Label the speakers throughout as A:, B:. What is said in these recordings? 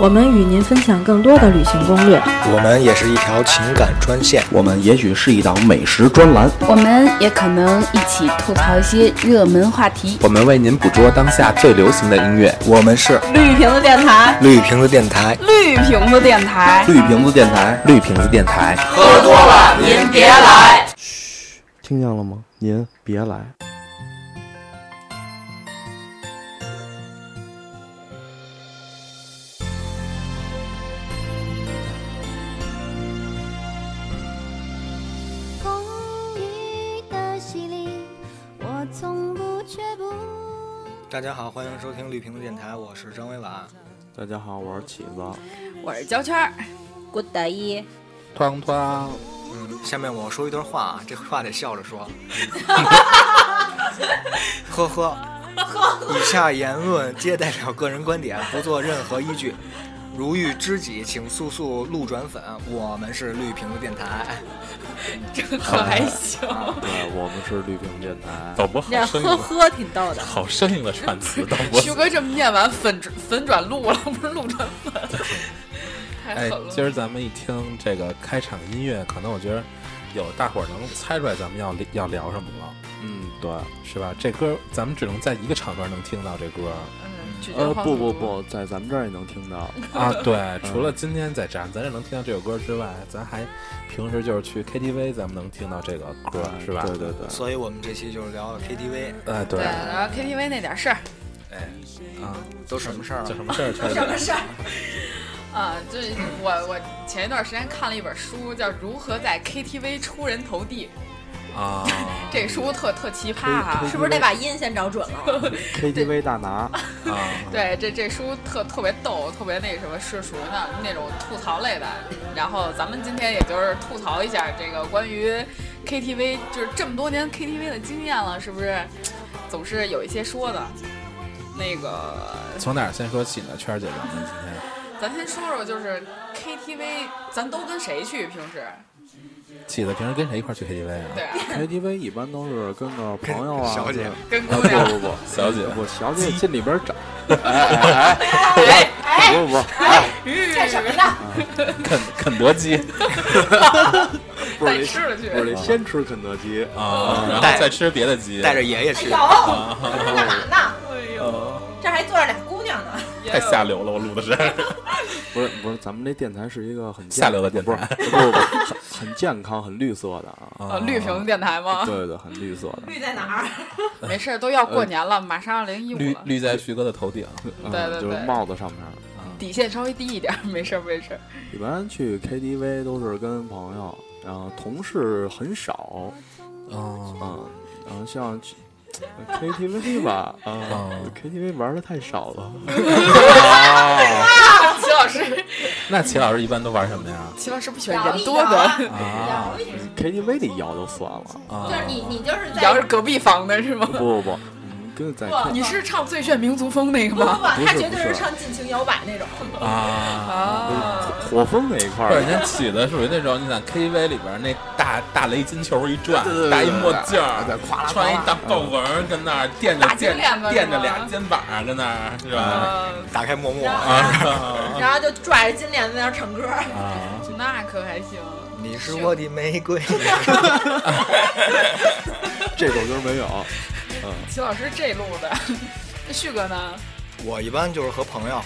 A: 我们与您分享更多的旅行攻略。
B: 我们也是一条情感专线，
C: 我们也许是一档美食专栏，
D: 我们也可能一起吐槽一些热门话题。
E: 我们为您捕捉当下最流行的音乐。
B: 我们是
D: 绿瓶子电台，
B: 绿瓶子电台。
D: 绿瓶子电台，
C: 绿瓶子电台。
E: 绿瓶子电台，
C: 听见了吗？您别来。
F: 风雨的洗礼，我从不却步。
B: 大家好，欢迎收听绿瓶子电台，我是张伟婉。
C: 大家好，我是起子。
D: 我是焦圈儿，我大一，
E: 团团，
B: 嗯，下面我说一段话啊，这话得笑着 说。呵呵，以下言论皆代表个人观点，不做任何依据。如遇知己，请速速路转粉。我们是绿瓶子电台。
D: 这个可还行，
C: 对，我们是绿瓶电台。
G: 导播好
D: 那
G: 生
D: 呵
G: 硬，
D: 呵挺逗的。
G: 好生硬的串词，导播。
H: 徐哥这么念完，粉转粉转路了，不是路转粉，太
G: 哎
H: 狠，了。
G: 今儿咱们一听这个开场音乐，可能我觉得有大伙儿能猜出来咱们要要聊什么了，
C: 嗯，对。
G: 是吧？这歌咱们只能在一个场段能听到这歌
H: 嗯，拒绝
C: 呃，
H: 黄
C: 不
H: 赌
C: 不不，在咱们这儿也能听到。
G: 啊。对，除了今天在咱咱这能听到这首歌之外，咱还平时就是去 KTV 咱们能听到这个歌，是吧？
C: 对对对。
B: 所以我们这期就是聊聊 KTV，
G: 哎，对
H: 对，，然后 KTV 那点事儿
G: 啊，
B: 都什么事儿
G: 叫
B: 了？
G: 什么 事儿？圈
H: 什
G: 儿
H: 么事儿啊？就是我我前一段时间看了一本书，叫《如何在 KTV 出人头地》，
G: 啊，
H: 这书特特奇葩啊！
A: 是不是得把音先找准了？
C: KTV 大拿，
G: 啊，
H: 对，这这书特特别逗，特别那什么世俗的那种吐槽类的。然后咱们今天也就是吐槽一下这个关于 KTV，就是这么多年 KTV 的经验了，是不是？总是有一些说的。那个，
G: 从哪儿先说起呢？圈儿姐，咱们今天。
H: 咱先说说，就是 KTV，咱都跟谁去？平时
G: 起子平时跟谁一块儿去 KTV 啊？
H: 对啊，
C: KTV 一般都是跟个朋友啊，
B: 小姐
C: 啊
H: 跟姑
C: 不
H: 娘。
C: 不不，
G: 小姐
C: 不小姐进里边找，哎哎哎，不不不，
H: 干什么呢？
G: 肯肯德基
C: 不是
H: 带
C: 得
H: 吃的去
C: 不。是得先吃肯德基，
G: 啊，然后
B: 带
G: 再吃别的鸡，
B: 带着爷爷去。
I: 他干嘛呢？
H: 哎呦，
I: 这儿还坐着俩姑娘呢。
G: 太下流了，我录的是
C: 不是不是，咱们这电台是一个很健
G: 下流的电台
C: 不是不是不是很很健康、很绿色的啊，
H: 呃，绿屏电台吗？
C: 对对，很绿色的。
I: 绿在哪儿？
H: 没事儿，都要过年了，马上二零一五
G: 绿
C: 呃
H: 了，
G: 绿在徐哥的头顶，
C: 嗯
H: 对对
C: 就是
H: 对
C: 帽子上面儿。
H: 底线稍微低一点儿，没事儿没事儿。
C: 一般去 KTV 都是跟朋友，然后同事很少，
G: 哦，
C: 嗯，然后像去呃 KTV 吧，啊
G: 嗯
C: ，KTV 玩的太少了，
H: 齐老师，
G: 那齐老师一般都玩什么呀？
H: 齐老师不喜欢
I: 摇
H: 人
I: 一
H: 多
I: 摇
H: 的
I: 啊，，
G: 啊
I: 摇一摇。
C: KTV 里摇就算了，
G: 啊
I: 就是你，你就是
H: 摇是
I: 在。
H: 隔壁房的 是吗
C: 不？不不，嗯跟在
I: 不
H: 你是唱《最炫民族风》那个
I: 不不
H: 吗？
I: 不，他
C: 是
I: 绝
C: 不
I: 对
C: 是
I: 是唱尽情摇摆那种。
G: 啊。
H: 啊，
C: 火风那一块
G: 或者人
C: 儿，
G: 家起的属于那种，你想 KTV 里边那大大雷金球一转
C: 对对，对哎
G: 戴一墨镜儿
C: 对对对咵啦咵啦，
G: 穿一大豹纹儿，跟那儿垫着
H: 大金
G: 垫
H: 链子是吗
G: 垫着俩肩膀儿，跟那儿是吧？
H: 呃，
B: 打开陌陌，
G: 啊
I: 然后就拽着金链子在那儿唱歌，
G: 啊！
H: 那可还行。
B: 你是我的玫瑰。
C: 这首歌没有，
H: 齐老师这路的， 那旭哥呢？
B: 我一般就是和朋友，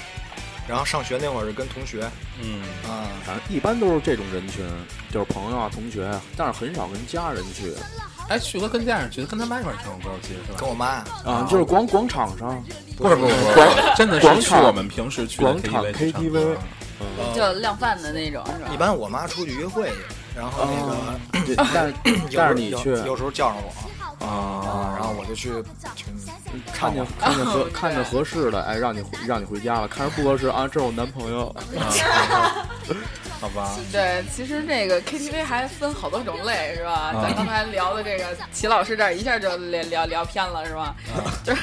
B: 然后上学那会儿是跟同学，
G: 嗯，
B: 啊、
C: 反正一般都是这种人群，就是朋友啊、同学啊，但是很少跟家人去
G: 哎，旭哥跟家人去，跟他妈一块儿唱过歌，其实是吧？
B: 跟我妈，
C: 啊，就是广广场上，
G: 不是不是不是，真的是去我们平时去的 KTV 唱歌
H: 就量贩的那种是吧
B: 一？般我妈出去约会去，然后那个
C: 啊，这但
B: 有时
C: 但
B: 候
C: 是你
B: 啊有
C: 去
B: 有时候叫上我，
I: 哦
G: 啊，
B: 然后我就去去
C: 看见看见 合看见合适的，哎，让你回让你回家了；看着不合适啊，这是我男朋友。啊
G: 好吧，
H: 对，其实这个 KTV 还分好多种类，是吧？
G: 啊
H: 咱刚才聊的这个，齐老师这儿一下就聊聊聊偏了，是吧？就是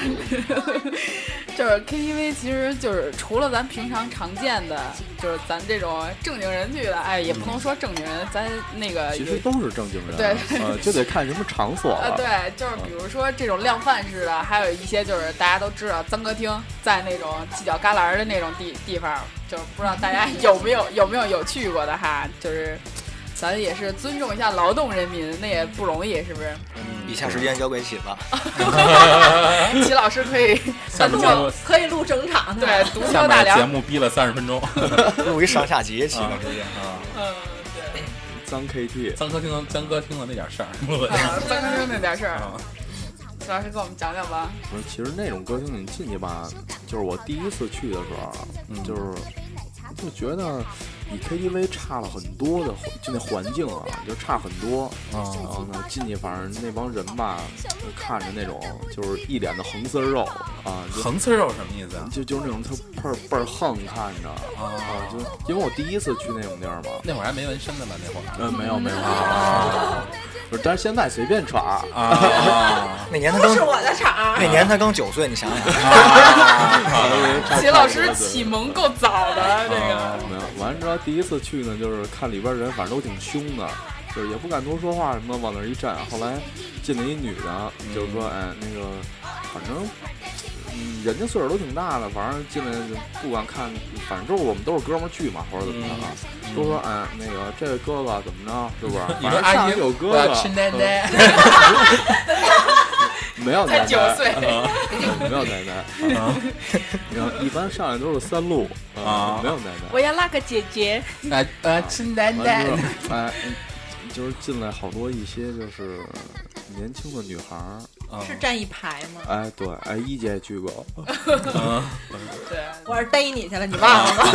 H: 就是 KTV，其实就是除了咱平常常见的，就是咱这种正经人去的，哎，也不能说正经人，咱那个
C: 其
H: 有
C: 实都是正经人，
H: 对
C: 呃，就得看什么场所
H: 啊，
C: 了。
H: 对，就是比如说这种量贩式的，还有一些就是大家都知道脏歌厅，在那种犄角旮旯儿的那种地地方，就是不知道大家 有没有有没有有去过的哈，就是咱也是尊重一下劳动人民，那也不容易，是不是？
B: 以嗯下时间交给启 子，
H: 齐老师可以
G: 下次节目
I: 可以录整场的。
H: 对独
G: 下
H: 挑大
G: 面节
H: 梁，
G: 目逼了三十分钟，
B: 录一上下集，启子直接。
C: 啊
H: 嗯，对，
C: 脏 KT，
G: 江哥听了江哥听了那点事儿，嗯我
H: 啊，脏歌厅那点事儿，
G: 啊
H: 齐老师给我们讲讲吧。
C: 不是，其实那种歌厅你进去吧，就是我第一次去的时候，
G: 嗯
C: 就是就觉得比 KTV 差了很多的环，就那环境啊，就差很多。
G: 啊
C: 然后呢，进去反正那帮人吧，就看着那种就是一脸的横丝儿肉啊， 就
G: 横刺肉什么意思啊？
C: 就就是那种特倍儿倍儿横看着啊，就因为我第一次去那种地儿嘛，
G: 那会儿还没纹身呢吧？那会儿
C: 嗯，没有没有，啊不是，但是现在随便耍，
G: 啊，
B: 那年他
I: 是
B: 刚
I: 我的场，
B: 那年他刚九岁，你想想，啊
C: 啊
H: 齐老师启蒙够早
G: 哦
H: 的，这个
C: 没有，完了之后第一次去呢，就是看里边人反正都挺凶的，就是也不敢多说话什么，往那儿一站。后来进来一女的，就是说，哎，那个，反正。嗯，人家岁数都挺大的，反正进来就不管看，反正就是我们都是哥们儿去嘛，或者怎么着啊，都说哎那个这位哥哥怎么着，是不是？
G: 你说
C: 反正
G: 阿
C: 上
G: 姨
C: 有哥
G: 我
C: 哥
G: 要，吃奶奶，
C: 嗯没有
H: 才
G: 哦
C: 奶
H: 九
C: 奶，
H: 岁，
C: 没有奶奶。然后一般上来都是三路
G: 啊
C: 没有奶奶。
H: 我要拉个姐姐。
G: 啊啊，吃奶
C: 完
G: 奶
C: 了之，后，哎，就是进来好多一些就是年轻的女孩儿，
G: 嗯
I: 是站一排吗？
C: 哎，对，哎，一姐也去过，
G: 嗯
H: 对，
I: 我是逮你去了，你忘了吗？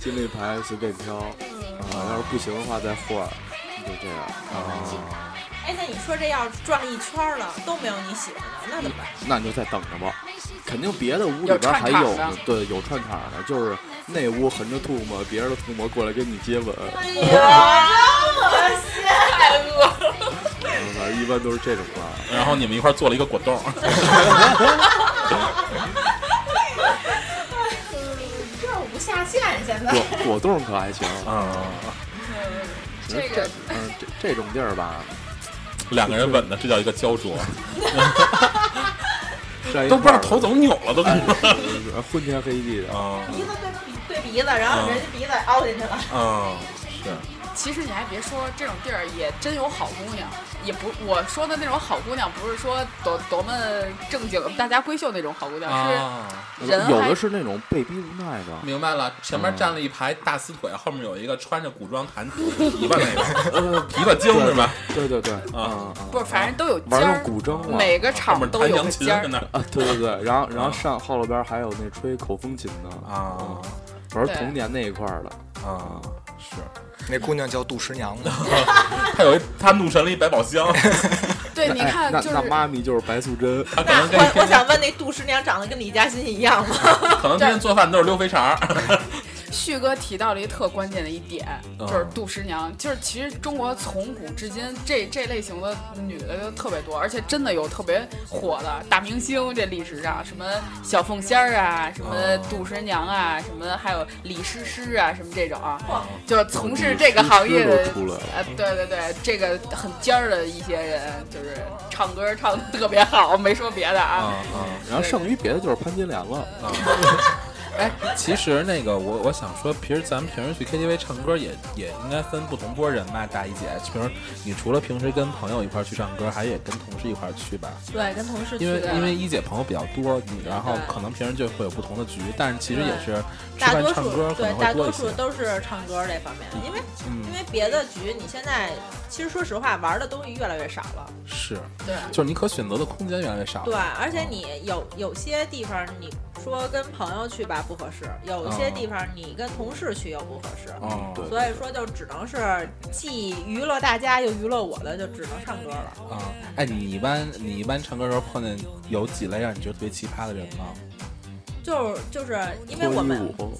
C: 进那排随便挑，啊，要是不行的话再换，就这样啊，
I: 哎，那你说这要转一圈了都没有你喜欢的，那怎么办？
C: 那你就再等着吧，肯定别的屋里
H: 有
C: 边
H: 串
C: 还
H: 场
C: 有
H: 的
C: 呢，对，有串场的，就是那屋横着吐沫，别人的吐沫过来跟你接吻，
I: 哎呀，恶心！
C: 反正一般都是这种吧，
G: 然后你们一块儿做了一个果冻，
I: 这我不下线现在。
C: 果果冻可还行，
G: 啊，
C: 其实
H: 这
C: 这
H: 个
C: 嗯这这种地儿吧，
G: 两个人吻的，这叫一个焦灼，
C: 站一
G: 都不
C: 块
G: 让
C: 儿
G: 头怎么扭了，都跟
C: 哎
G: 你说，
C: 就是昏天黑地的。
G: 啊
I: 鼻子对鼻对鼻子，然后人家鼻子凹进去了。
G: 啊，是。
H: 其实你还别说，这种地儿也真有好姑娘，也不我说的那种好姑娘，不是说多多么正经、大家闺秀那种好姑娘，
G: 啊，
H: 是人
C: 有
H: 还
C: 的是那种被逼无奈的，
G: 明白了，前面站了一排大丝腿，后面有一个穿着古装弹琵琶那个，
C: 呃，
G: 琵琶精是吧？
C: 对对对，
G: 啊
C: 啊，嗯
H: 不是，反正都有尖
C: 玩
H: 儿
C: 弄，古筝嘛，
H: 每个
G: 后
H: 场
G: 面
H: 都
G: 弹
H: 有
G: 扬
H: 个
G: 琴
H: 尖
G: 在那
H: 儿。
G: 儿
C: 啊，对对对，然后然后上后边边还有那吹口风琴的，
G: 啊
C: 玩
H: 对
C: 童年那一块儿的，
G: 啊，是。
B: 那姑娘叫杜十娘的，
G: 他有一他怒神了一百宝箱，
H: 对，你
C: 哎，
H: 看
C: 那
H: 就是
C: 那妈咪就是白素贞，
G: 他可
I: 那
G: 能跟
I: 我我想问，那杜十娘长得跟李嘉欣一样 吗？
G: 可能今天做饭都是溜肥肠儿，
H: 旭哥提到了一特关键的一点，
G: 嗯
H: 就是杜十娘，就是其实中国从古至今这这类型的女的就特别多，而且真的有特别火的大明星，这历史上什么小凤仙儿啊，什么
C: 嗯
H: 杜十娘啊，什么还有李师师啊，什么这种啊，就是从事这个行业
C: 都
H: 的。
C: 出来了。
H: 呃，对对对，这个很尖儿的一些人，就是唱歌唱的特别好，没说别的
G: 啊
C: 嗯
G: 啊。
H: 啊。
C: 然后剩余别的就是潘金莲了，
G: 哎，啊其实那个我我想说，平时咱们平时去 KTV 唱歌也也应该分不同拨人吧，大姨姐。平时你除了平时跟朋友一块儿去唱歌，还也跟同事一块儿去吧，
I: 对，跟同事
G: 因为
H: 对
G: 因为一姐朋友比较多，你然后
H: 对
G: 可能平时就会有不同的局，但是其实
I: 对
G: 也是吃
I: 大
G: 饭
I: 多
G: 唱歌
I: 数
G: 可
I: 对
G: 能
I: 大
G: 会多
I: 多
G: 一
I: 数
G: 些。
I: 都是唱歌这方面，因为
G: 嗯
I: 因，为别的局你现在其实说实话玩的东西越来越少了。
G: 是，
H: 对，
G: 就是你可选择的空间越来越少。
I: 对，而且你有有些地方你说跟朋友去吧不合适，有些地方你跟同事去又不合适。
G: 哦，
C: 嗯对
I: 所以说，就只能是既娱乐大家又娱乐我的，就只能唱歌了。
G: 啊，哎，你一般你一般唱歌的时候碰见有几类让你觉得特别奇葩的人吗？
I: 就是就是因为
C: 脱
I: 我
C: 衣
I: 们
C: 舞后，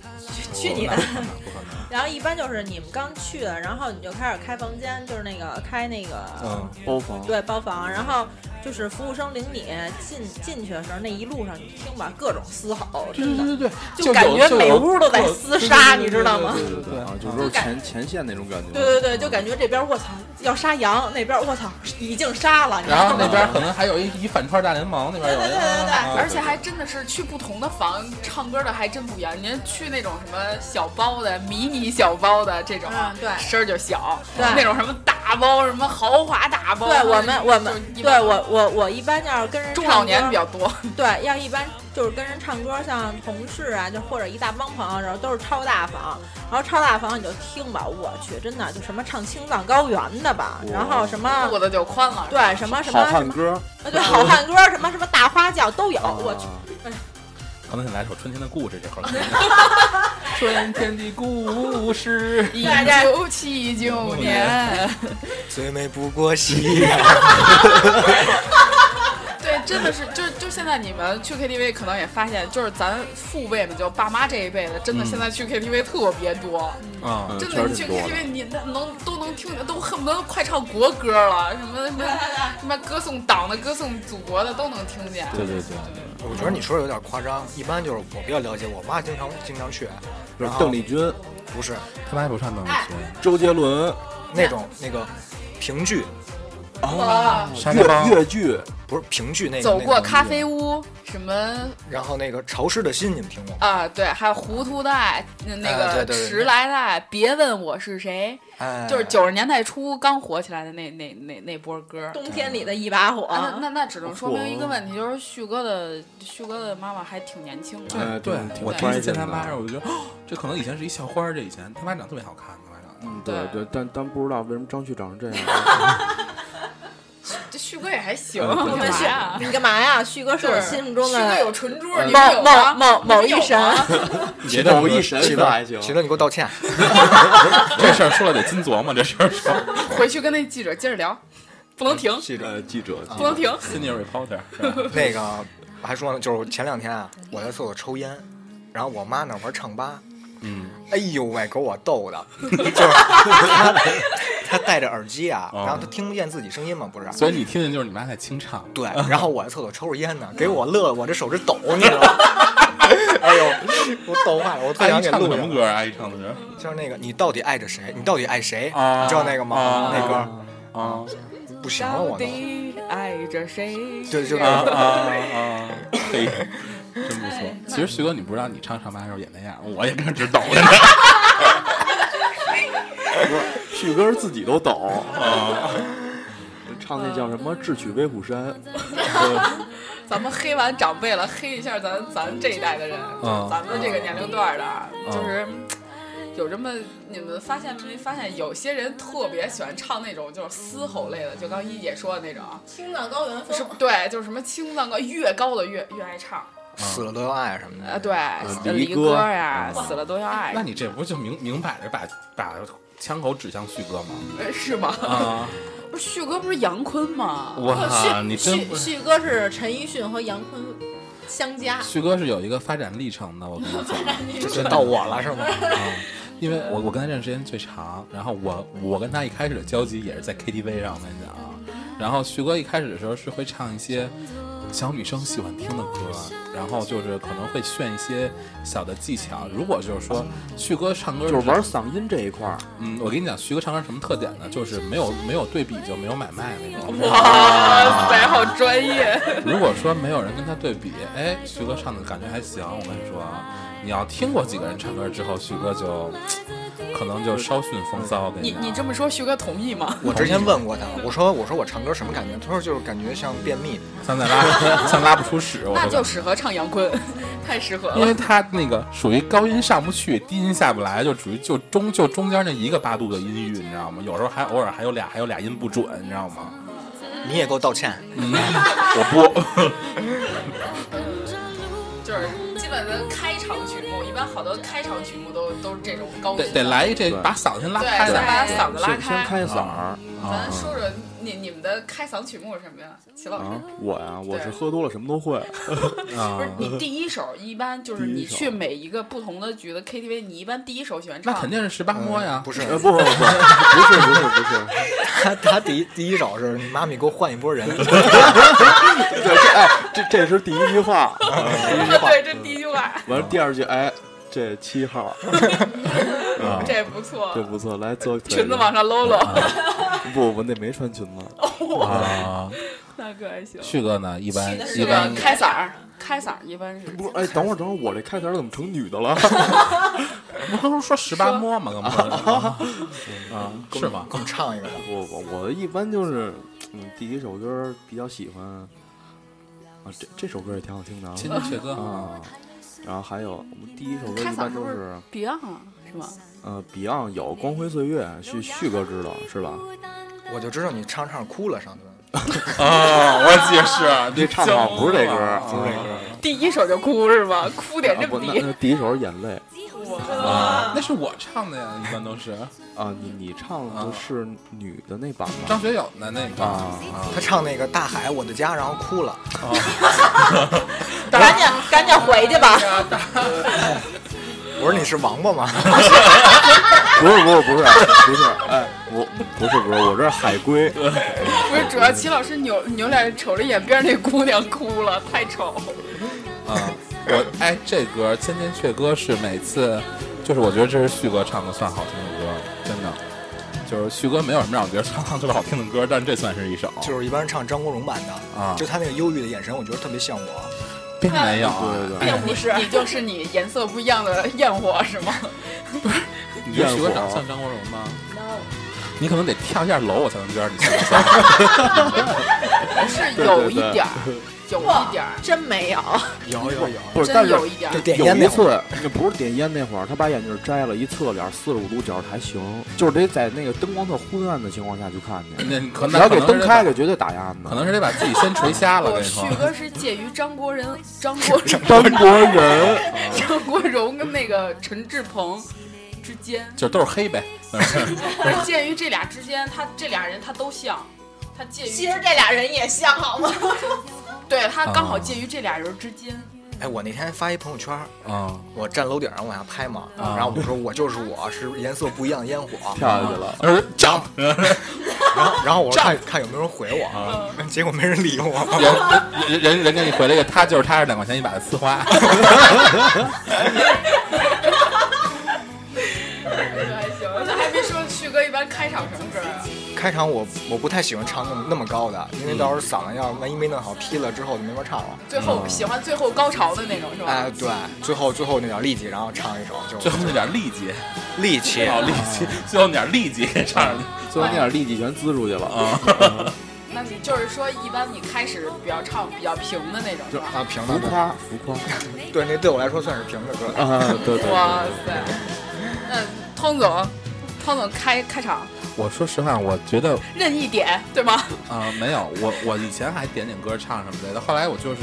I: 去去你的
G: 不！可能，不可能。
I: 然后一般就是你们刚去的，然后你就开始开房间，就是那个开那个、
G: 嗯，
C: 包房，
I: 对包房，然后就是服务生领你进进去的时候，那一路上你听吧，各种嘶吼，
G: 对
I: 真
G: 对
I: 的
G: 对对
I: 就
G: 对，有
I: 感觉
G: 就有
I: 每屋都在
G: 各
I: 厮杀
G: 对对对
I: 你知道吗
G: 对对对对对
B: 对
C: 啊，就是说前前线那种感觉。
I: 对对对，就感觉这边卧槽要杀羊，那边卧槽已经杀了，你知
G: 然
I: 道
G: 后那
I: 吗？
G: 边可能还有一一反串大联盟，那边有一个
I: 对对对对
G: 啊
H: 而且还真的是去不同的房唱歌的还真不一样。您去那种什么小包的、迷你小包的这种，
I: 嗯对
H: 声儿就小；
I: 对
H: 那种什么大包、什么豪华大包，
I: 对我们，我们
H: 就一般
I: 对我我我一般要是跟人
H: 中老
I: 唱
H: 年
I: 歌
H: 比较多。
I: 对，要一般就是跟人唱歌，像同事啊，就或者一大帮朋友，然后都是超大房，然后超大房你就听吧，我去，真的就什么唱青藏高原的吧，然后什么
H: 肚子就宽了。
I: 对什么什
C: 好
I: 么什
C: 汉
I: 么，
C: 歌，啊哦
I: 呃对好汉歌什么什么大花轿都有，我去，
G: 可能想来首《春天的故事》这块儿。 春天的故事，
H: 一
I: 对对
H: 九七九年，
B: 最美不过夕 阳。
H: 对，真的是，就就现在你们去 KTV 可能也发现，就是咱父辈们，就爸妈这一辈的，真的现在去 KTV 特别多，
G: 啊，
C: 嗯
H: 真
C: 确实
H: 的你去
C: 挺多的
H: KTV 你能都能听见，都恨不得快唱国歌了，什么什 么什么歌颂党的、歌颂祖国的都能听见。
G: 对对对，
B: 我觉得你说的有点夸张，一般就是我比较了解，我妈经常经常去，
C: 就
B: 然
C: 是
B: 后
C: 邓丽君、
B: 不是
G: 他妈还不上邓丽君，
C: 周杰伦、
B: 那种那个评剧，
H: 哇
E: 山
C: 越
E: 丐帮
C: 越剧，
B: 不是评剧那个
H: 啊走过
B: 那个
H: 咖啡屋，什么
B: 然后那个潮湿的心，你们听过吗？
H: 啊？对，还有糊涂的爱，那那
B: 啊对
H: 个
B: 对对
H: 迟来的爱，别问我是谁，
B: 哎，
H: 就是九十年代初刚火起来的那那那那波歌。
I: 冬天里的一把火，
H: 啊，那那那只能说明一个
C: 火
H: 问题，就是旭哥的旭哥的妈妈还挺年轻的。
C: 哎
G: 对
C: 挺
G: 我
C: 挺
G: 第一次见
C: 关键的
G: 他妈的时候，我就觉得哦这可能以前是一校花儿，这以前他妈长得特别好看，他妈长得。
C: 嗯，对
H: 对
C: 对，但但不知道为什么张旭长成这 样。
H: 这旭哥也还行，
C: 嗯对
H: 干嘛呀？
I: 你干嘛呀？旭哥是我
H: 是
I: 心目中
H: 旭哥
I: 的
H: 有唇珠，
C: 嗯
H: 你们有
I: 某某
H: 吗
I: 某某
H: 你们
I: 一
H: 有
I: 神，
H: 吗
C: 别的不一神
B: 齐
C: 是
B: 乐
C: 还行，
B: 齐乐，你给我道歉。
G: 这事儿说了得金琢磨，这事儿 说。
H: 回去跟那记者接着聊，不能停，
C: 记者记者
H: 不能停。
G: Senior reporter 是吧
B: 那个还说呢，就是前两天啊，我在厕所抽烟，然后我妈那玩唱吧，嗯，哎呦喂，给我逗的， 就是她她戴着耳机啊，
G: 哦
B: 然后她听不见自己声音嘛，不是？
G: 所以你听见就是你妈在清唱。
B: 对，然后我在厕所抽着烟呢，给我乐，我这手指抖，你知道吗？ 哎呦，我抖坏了，我特
G: 阿
B: 想
G: 姨
B: 给
G: 唱的
B: 录
G: 什
B: 下来。
G: 么歌啊？阿姨唱的是
B: 就是那个你到底爱着谁？你到底爱谁？
G: 啊
B: 你知道那个吗？
G: 啊
B: 那歌
G: 啊
B: 不行了，
H: 到
B: 我都。
H: 底爱着谁？
B: 对，就
G: 啊
B: 那个。
G: 啊！嘿，真不错。其实徐哥，你不知道，你唱唱吧的时候也那样，我也跟着直抖着呢。
C: 旭哥自己都抖 啊。唱那叫什么《智取威虎山》，
H: 咱们黑完长辈了，黑一下咱咱这一代的人，
G: 嗯
H: 咱们这个年龄段的啊，就是。有这么，你们发现没发现，有些人特别喜欢唱那种就是嘶吼类的，就刚一姐说的那种，
I: 青藏高原
H: 是对，就是什么青藏高，越高的越越爱唱，
B: 死了都要爱什么
G: 嗯
H: 呃，
B: 的，
H: 对，
C: 离
H: 离
C: 歌
H: 歌呀，死了都要爱
G: 那，你这不就明明摆着把把枪口指向旭哥吗？
H: 呃是吗？
G: 啊！
H: 不是旭哥不是杨坤吗？
G: 哇，你真
I: 旭
G: 不是
I: 旭哥是陈奕迅和杨坤相加，
G: 旭哥是有一个发展历程的，我跟你讲，
B: 这就到我了是吗？
G: 因为我我跟他认识时间最长，然后我我跟他一开始的交集也是在 KTV 上，我跟你讲啊。然后徐哥一开始的时候是会唱一些小女生喜欢听的歌，然后就是可能会炫一些小的技巧。如果就是说旭哥唱歌
C: 就是玩嗓音这一块儿。
G: 嗯，我跟你讲，徐哥唱歌什么特点呢？就是没有没有对比就没有买卖那种。
H: 哇塞，好专业！
G: 如果说没有人跟他对比，哎，徐哥唱的感觉还行。我跟你说，啊，你要听过几个人唱歌之后，徐哥就可能就稍逊风骚。我跟
H: 你
G: 讲
H: 你这么说，旭哥同意吗？
B: 我之前问过他，我说我说我唱歌什么感觉？他说就是感觉像便秘。
G: 像在拉 像拉不出屎，我
H: 那
G: 说
H: 就。适合唱杨坤， 太适合
G: 因
H: 了。
G: 为他那个属于高音上不去，低音下不来，就属于就中就中间那一个八度的音域，你知道吗？有时候还偶尔还有俩还有俩音不准，你知道吗？
B: 你也给我道歉。
G: 嗯，我不，
H: 就是基本的开场曲目，一般好多开场曲目都都是这种高
G: 得
H: 音，
G: 得来一这
C: 对
G: 把嗓子先拉
H: 对，
G: 开
H: 先
G: 来。
H: 把嗓子拉
C: 先先
H: 开。
C: 开嗓儿。
H: 咱说说你你们的开嗓曲目是什么呀？齐老师
C: 啊，，我呀，我是喝多了什么都会。
H: 不是你第一首，一般就是
C: 第一
H: 你
C: 首
H: 去每一个不同的局的 KTV，你一般第一首喜欢唱
G: 那肯定是十八摸呀，
B: 不是，
C: 呃，不不不，不是不是不是，
B: 他他第一第一首是你妈咪给我换一波人，
C: 对，这哎，这这是第一句话。第 一句话，
H: 对，这第一句话，
C: 完了第二句，哎，这七号，
H: 这也不错
C: 这，不错，来做
H: 裙子往上搂搂，
C: 不不，那没穿裙子。
G: 啊。
H: 那可还行。
G: 旭哥呢，一般一
H: 这个
G: 般
H: 开嗓儿，开嗓儿一般是
C: 不是，哎，等会儿等会儿，我这开头怎么成女的了？
G: 不刚说十八摸吗？刚不 是啊， 是吗？
B: 给我们唱一个。
C: 我我我一般就是，嗯，第一首歌比较喜欢，啊，这这首歌也挺好听的啊
G: 亲亲雀哥，
C: 啊。然后还有我们第一首歌
H: 开
C: 一
H: 嗓
C: 般
H: 是
C: 都
H: 不
C: 是
H: 是，Beyond 啊是吗？
C: 呃，Beyond 有《光辉岁月》，旭旭哥知道是吧？
B: 我就知道你唱唱哭了，上顿
G: 啊，我也是，
C: 这唱好不是这歌儿，
B: 不是这歌，
H: 第一首就哭是吗？哭点
C: 啊
H: 这
C: 不，
H: 么
C: 那
H: 低，
C: 那第一首是眼泪
G: 啊，那是我唱的呀，一般都是
C: 啊，你你唱的是女的那版吗？
G: 张学友的那个
C: 啊，
B: 他唱那个大海我的家，然后哭了。
I: 赶紧赶紧回去吧。
B: 我说你是王八吗？
C: 不是不是不是不是， 哎，我不是不是，我这是海龟，
H: 不是主要齐老师扭扭脸瞅着眼边那姑娘哭了，太丑。
G: 啊，我哎，这歌《千千阙歌》是每次，就是我觉得这是旭哥唱的算好听的歌，真的。就是旭哥没有什么让我觉得唱唱特别好听的歌，但是这算是一首，
B: 就是一般人唱张国荣版的，
G: 啊
B: 就他那个忧郁的眼神，我觉得特别像我。
G: 并没有。啊哎
C: 对对对
H: 并不是，你就是你颜色不一样 的焰火是吗？
G: 你觉得
C: 焰
G: 徐哥
C: 火
G: 长得像张国荣吗？你可能得跳一下楼，我才能觉得你像不像。
H: 是
C: 对
H: 有一
C: 对
H: 点儿，有一点儿，
I: 真没有，
B: 有有有，
C: 不是，但
H: 真
C: 是
H: 有一点儿
B: 就。点
C: 有
B: 烟那
C: 一
B: 会儿
C: 次，那不是点烟那会儿，他把眼镜摘了，一侧脸四十五度角还行，就是得在那个灯光特昏暗的情况下去看去，
G: 那可
C: 只
G: 能
C: 要
G: 可
C: 给
G: 能是
C: 灯
G: 得
C: 开
G: 把
C: 了，绝对打压的。
G: 可能是得把自己先锤瞎了。我
H: 我
G: 跟你说
H: 旭，哥是介于张 国仁、张国荣、
C: 张国人，
H: 张国荣跟那个陈志朋之间，
G: 就都是黑呗。嗯
H: 但是介于这俩之间，他这俩人他都像，他介于
I: 其实这俩人也像好 吗？
H: 对他刚
C: 哦
H: 好介于这俩人之间。
B: 哎，我那天发一朋友圈，
G: 啊，
B: 我站楼顶上往下拍嘛，然后我说我就是我，是颜色不一样的烟火。
C: 跳下去了。
G: 而长也
B: 然后然后我说看看有没有人回我，结果没人理我。
G: 人人人家一回来一个他就是他是两块钱一把的呲花，
H: 还行，那还没说旭哥一般开场什么歌啊？
B: 开场我我不太喜欢唱那么那么高的，因为到时候嗓子要万一没弄好劈了之后就没法唱了。
H: 最后喜欢最后高潮的那种是吧？
B: 哎，对，最后最后那点力气，然后唱一首就
G: 最
B: 啊
G: 后那点力气，
B: 力气
G: 老 力气，最后那点力气唱上去
C: 最后那点力气全滋出去了啊！
H: 那就是说一般你开始比较唱比较平的那种是吧？
B: 啊，平
C: 浮
B: 的
C: 夸，浮夸
B: 对，那对我来说算是平的歌。
C: 啊！对对
H: 哇
C: 对，
H: 塞！那汤总，汤总开开场
G: 我说实话，我觉得
H: 任意点对吗？
G: 啊、没有，我我以前还点点歌唱什么之类的，后来我就是，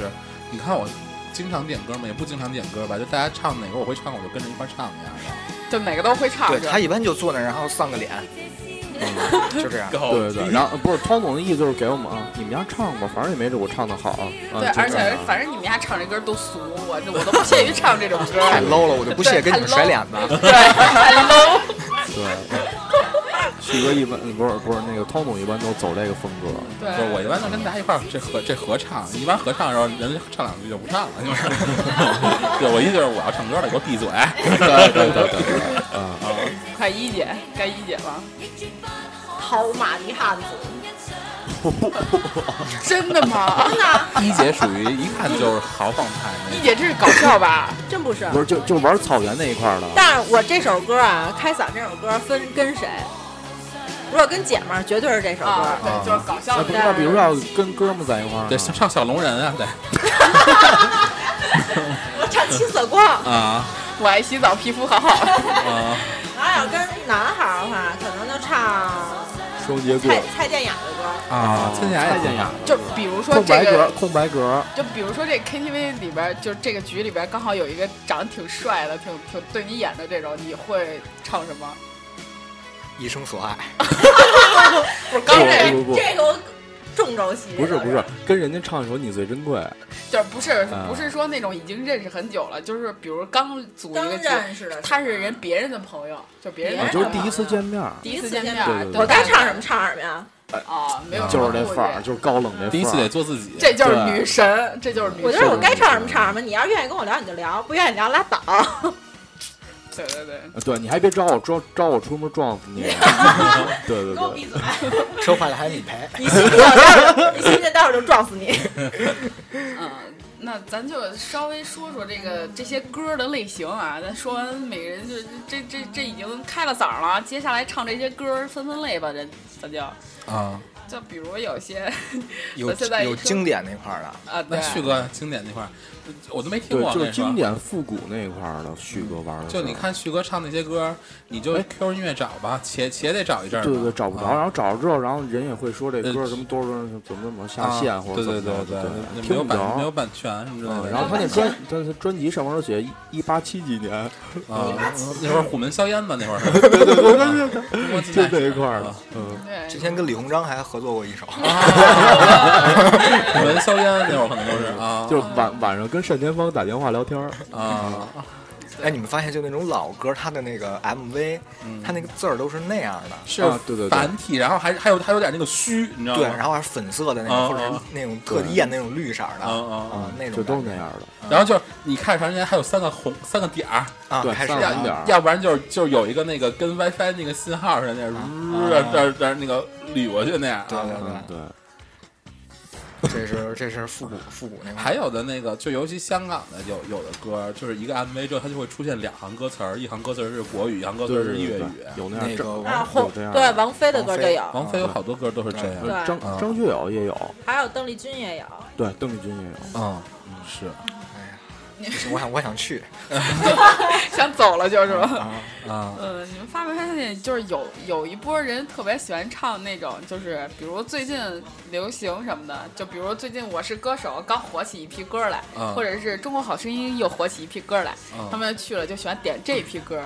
G: 你看我经常点歌嘛，也不经常点歌吧，就大家唱哪个我会唱，我就跟着一块儿唱那样的。
H: 就每个都会唱
B: 对
H: 是
B: 他
H: 吧？
B: 一般就坐那儿，然后丧个脸，嗯就这
H: 哦
B: 样。
G: 够
C: 对对对，然后不是汤总的意思就是给我们啊，你们家唱吧，反正也没准我唱的好啊。
H: 对，而且反正你们家唱这歌都俗，我我都不屑于唱这种歌。
B: 太 low 了，我就不屑跟你们甩脸子。
H: 对，太 low。
C: 对，旭哥一般不是不是那个汤总一般都走这个风格。
G: 不是
H: 对，
G: 我一般都跟大家一块儿这合这合唱，一般合唱的时候人家唱两句就不唱了，就是 对我意思就是我要唱歌了，你给我闭嘴。
C: 对对对对对，啊，
H: 快一姐，该一姐了。
I: 跑马的汉子，
H: 真的吗？真的？
G: 一姐属于一看就是豪放派那
H: 一
G: 种，
H: 姐这是搞笑吧？
I: 真不是。
C: 不是就就玩草原那一块儿的。
I: 但是我这首歌啊，开嗓这首歌分跟谁？如果跟姐们儿，绝对是这首歌。
H: 啊，对，就是搞笑
C: 那
H: 的
C: 不
H: 这
C: 知道，
H: 样。
C: 比如说要跟哥们儿在一块儿呢，
G: 对，像唱小龙人啊，对
I: 我唱《青色光》。
G: 啊
H: 我爱洗澡，皮肤好好。
G: 啊，
I: 然后要跟男孩儿的话，可能就唱
C: 双截棍
I: 蔡蔡健雅的歌，
G: 啊，
E: 蔡健雅也
G: 太
E: 听
G: 典雅了
H: 就比如说
C: 空
H: 这
C: 白格
H: 个，，
C: 空白格，
H: 就比如说这 KTV 里边儿，就这个局里边儿刚好有一个长得挺帅的，挺挺对你演的这种，你会唱什么？
B: 一生所爱。
H: 不是刚这，
C: 不不不。
I: 这个我中招戏。
C: 不是不是，跟人家唱一首《你最珍贵》，
H: 就是不是
C: 啊
H: 不是说那种已经认识很久了，就是比如刚组一
I: 刚
H: 个局，
I: 认识的，
H: 他是人别人的朋友，就别人的
I: 啊
C: 啊，
H: 朋友
C: 就是第一次见面儿，
H: 第一次见面
C: 对
H: 儿
C: 对，对
I: 我该唱什么唱什么呀？
H: 啊，没有
C: 就是这
H: 顾
C: 范儿，
H: 忌，
C: 就是高冷这范儿。
G: 第一次得做自己，
H: 这就是
G: 对
H: 女神，这就是女神。
I: 我觉得我该唱什么唱什么，你要是愿意跟我聊你就聊，不愿意聊拉倒。
H: 对对对，
C: 啊对，你还别招我招招我出门撞死你。 对对对，
I: 嘴！
B: 车坏了还你赔。
I: 你信不信我待会儿？ 你信不信待会儿就撞死你？
H: 嗯，那咱就稍微说说这个这些歌的类型啊。咱说完每个人就这这这已经开了嗓了，接下来唱这些歌分分类吧。咱咱就
G: 啊。
H: 就比如有些
B: 有
H: 我现在一
B: 有
H: 说
B: 经典那块儿的，
H: 啊，
G: 那
H: 对，
G: 旭哥经典那块儿，我都没听
C: 对
G: 过，啊
C: 就是
G: 那时候嗯
C: 经。典复古那一块儿的，旭哥玩的。
G: 就你，看旭哥唱那些歌，你就
C: 哎
G: Q 音乐找吧，且且得找一阵儿吧。
C: 对对，找不着，
G: 啊
C: 然后找着之后，然后人也会说这
G: 呃
C: 歌什么多少多少怎么怎么下线
G: 啊
C: 或者怎
G: 对
C: 么
G: 对对
C: 着对
G: 那没
C: 听
G: 有
C: 不
G: 版没有
C: 着。
G: 版权什么之类
C: 嗯，
G: 的。
C: 然后他那专，他他专辑上面都写一八七几年，
G: 啊，那会儿虎门销烟嘛，那会儿。 对 对对对 对
C: 就那一块儿
G: 啊
C: 的。嗯，
H: 对
B: 之前跟李鸿章还合作过一首。
G: 嗯虎门销烟那会儿可能都是啊，
C: 就是嗯晚晚上跟单田芳打电话聊天儿，
G: 啊，
B: 哎，你们发现就那种老歌，它的那个 MV，它那个字儿都是那样的，
G: 是
C: 啊对对对
G: 繁体，然后还还有还有点那个虚，你知道吗？
B: 对，然后还是粉色的那种，
G: 啊
B: 或者是那种特艳那种绿色的，
G: 啊啊啊
B: 啊，那种
C: 嗯就都是
B: 感觉
C: 那样的。
G: 然后就是你看长时间还有三个红三个点儿，
B: 啊，
C: 对
B: 开始
C: 上
G: 要
C: 三个点儿
G: 要不然就是就是有一个那个跟 WiFi 那个信号似的，那样这这那个捋过去那样。
B: 对
G: 啊
B: 对
C: 嗯，
B: 对，
C: 对。
B: 这是这是复古复古那块儿。
G: 还有的那个，就尤其香港的有有的歌，就是一个 MV 之后，它就会出现两行歌词儿，一行歌词儿是国语，一行歌词儿是
C: 对对
G: 粤
C: 对
G: 语。
C: 有那样
B: 那
C: 正
B: 个
I: 啊，
B: 王
I: 红
C: 有这样的
I: 对王菲的歌就有，
G: 王菲有好多歌都是这样。
I: 对
C: 张
G: 啊
C: 张学友也有，
I: 还有邓丽君也有。
C: 对，邓丽君也有，
G: 嗯，是
B: 我想我想去，
H: 想走了就是吧。
G: 啊，
H: 呃，你们发没发现，就是有有一波人特别喜欢唱那种，就是比如最近流行什么的，就比如最近《我是歌手》刚火起一批歌来，
G: 嗯
H: 或者是《中国好声音》又火起一批歌来，
G: 嗯
H: 他们去了就喜欢点这批歌，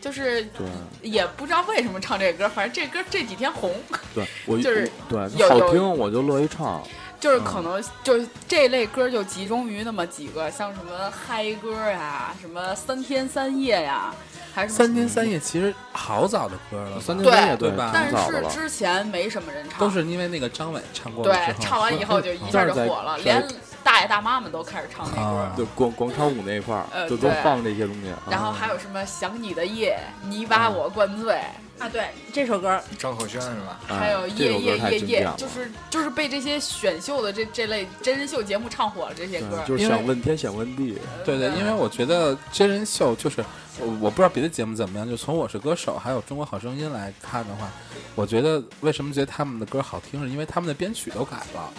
H: 就是
C: 对
H: 也不知道为什么唱这歌，反正这歌这几天红，
C: 对，我
H: 就是
C: 对
H: 有
C: 好
H: 有
C: 听我就乐意唱，
H: 就是
G: 嗯
H: 可能就是这类歌就集中于那么几个，像什么嗨歌呀，什么三天三夜呀，还是什么
G: 三天三夜其实好早的歌了，
C: 三
H: 啊对
C: 天三夜
G: 对吧
H: 但
C: 挺早的
H: 是
C: 了，
H: 之前没什么人唱，
G: 都是因为那个张伟唱过了之
H: 对
G: 后，
H: 唱完以后就一下就火了，
C: 嗯
H: 连大爷大妈们都开始唱那歌。
G: 啊
C: 就广广场舞那一块儿
H: 呃
C: 就都
H: 对
C: 放这些东西，啊
H: 然后还有什么想你的夜，你把我灌醉，
I: 啊，对这首歌，
B: 张鹤轩是吧？
C: 啊
H: 还有
C: 这
H: 夜
C: 首
H: 夜
C: 歌太
H: 夜
C: 经典
H: 夜
C: 了，，
H: 就是就是被这些选秀的这这类真人秀节目唱火了这些歌
C: 对，。就是
G: 因为
C: 想问天想问地，
G: 对对，因为我觉得真人秀就是，我我不知道别的节目怎么样，就从《我是歌手》还有《中国好声音》来看的话，我觉得为什么觉得他们的歌好听，是因为他们的编曲都改了，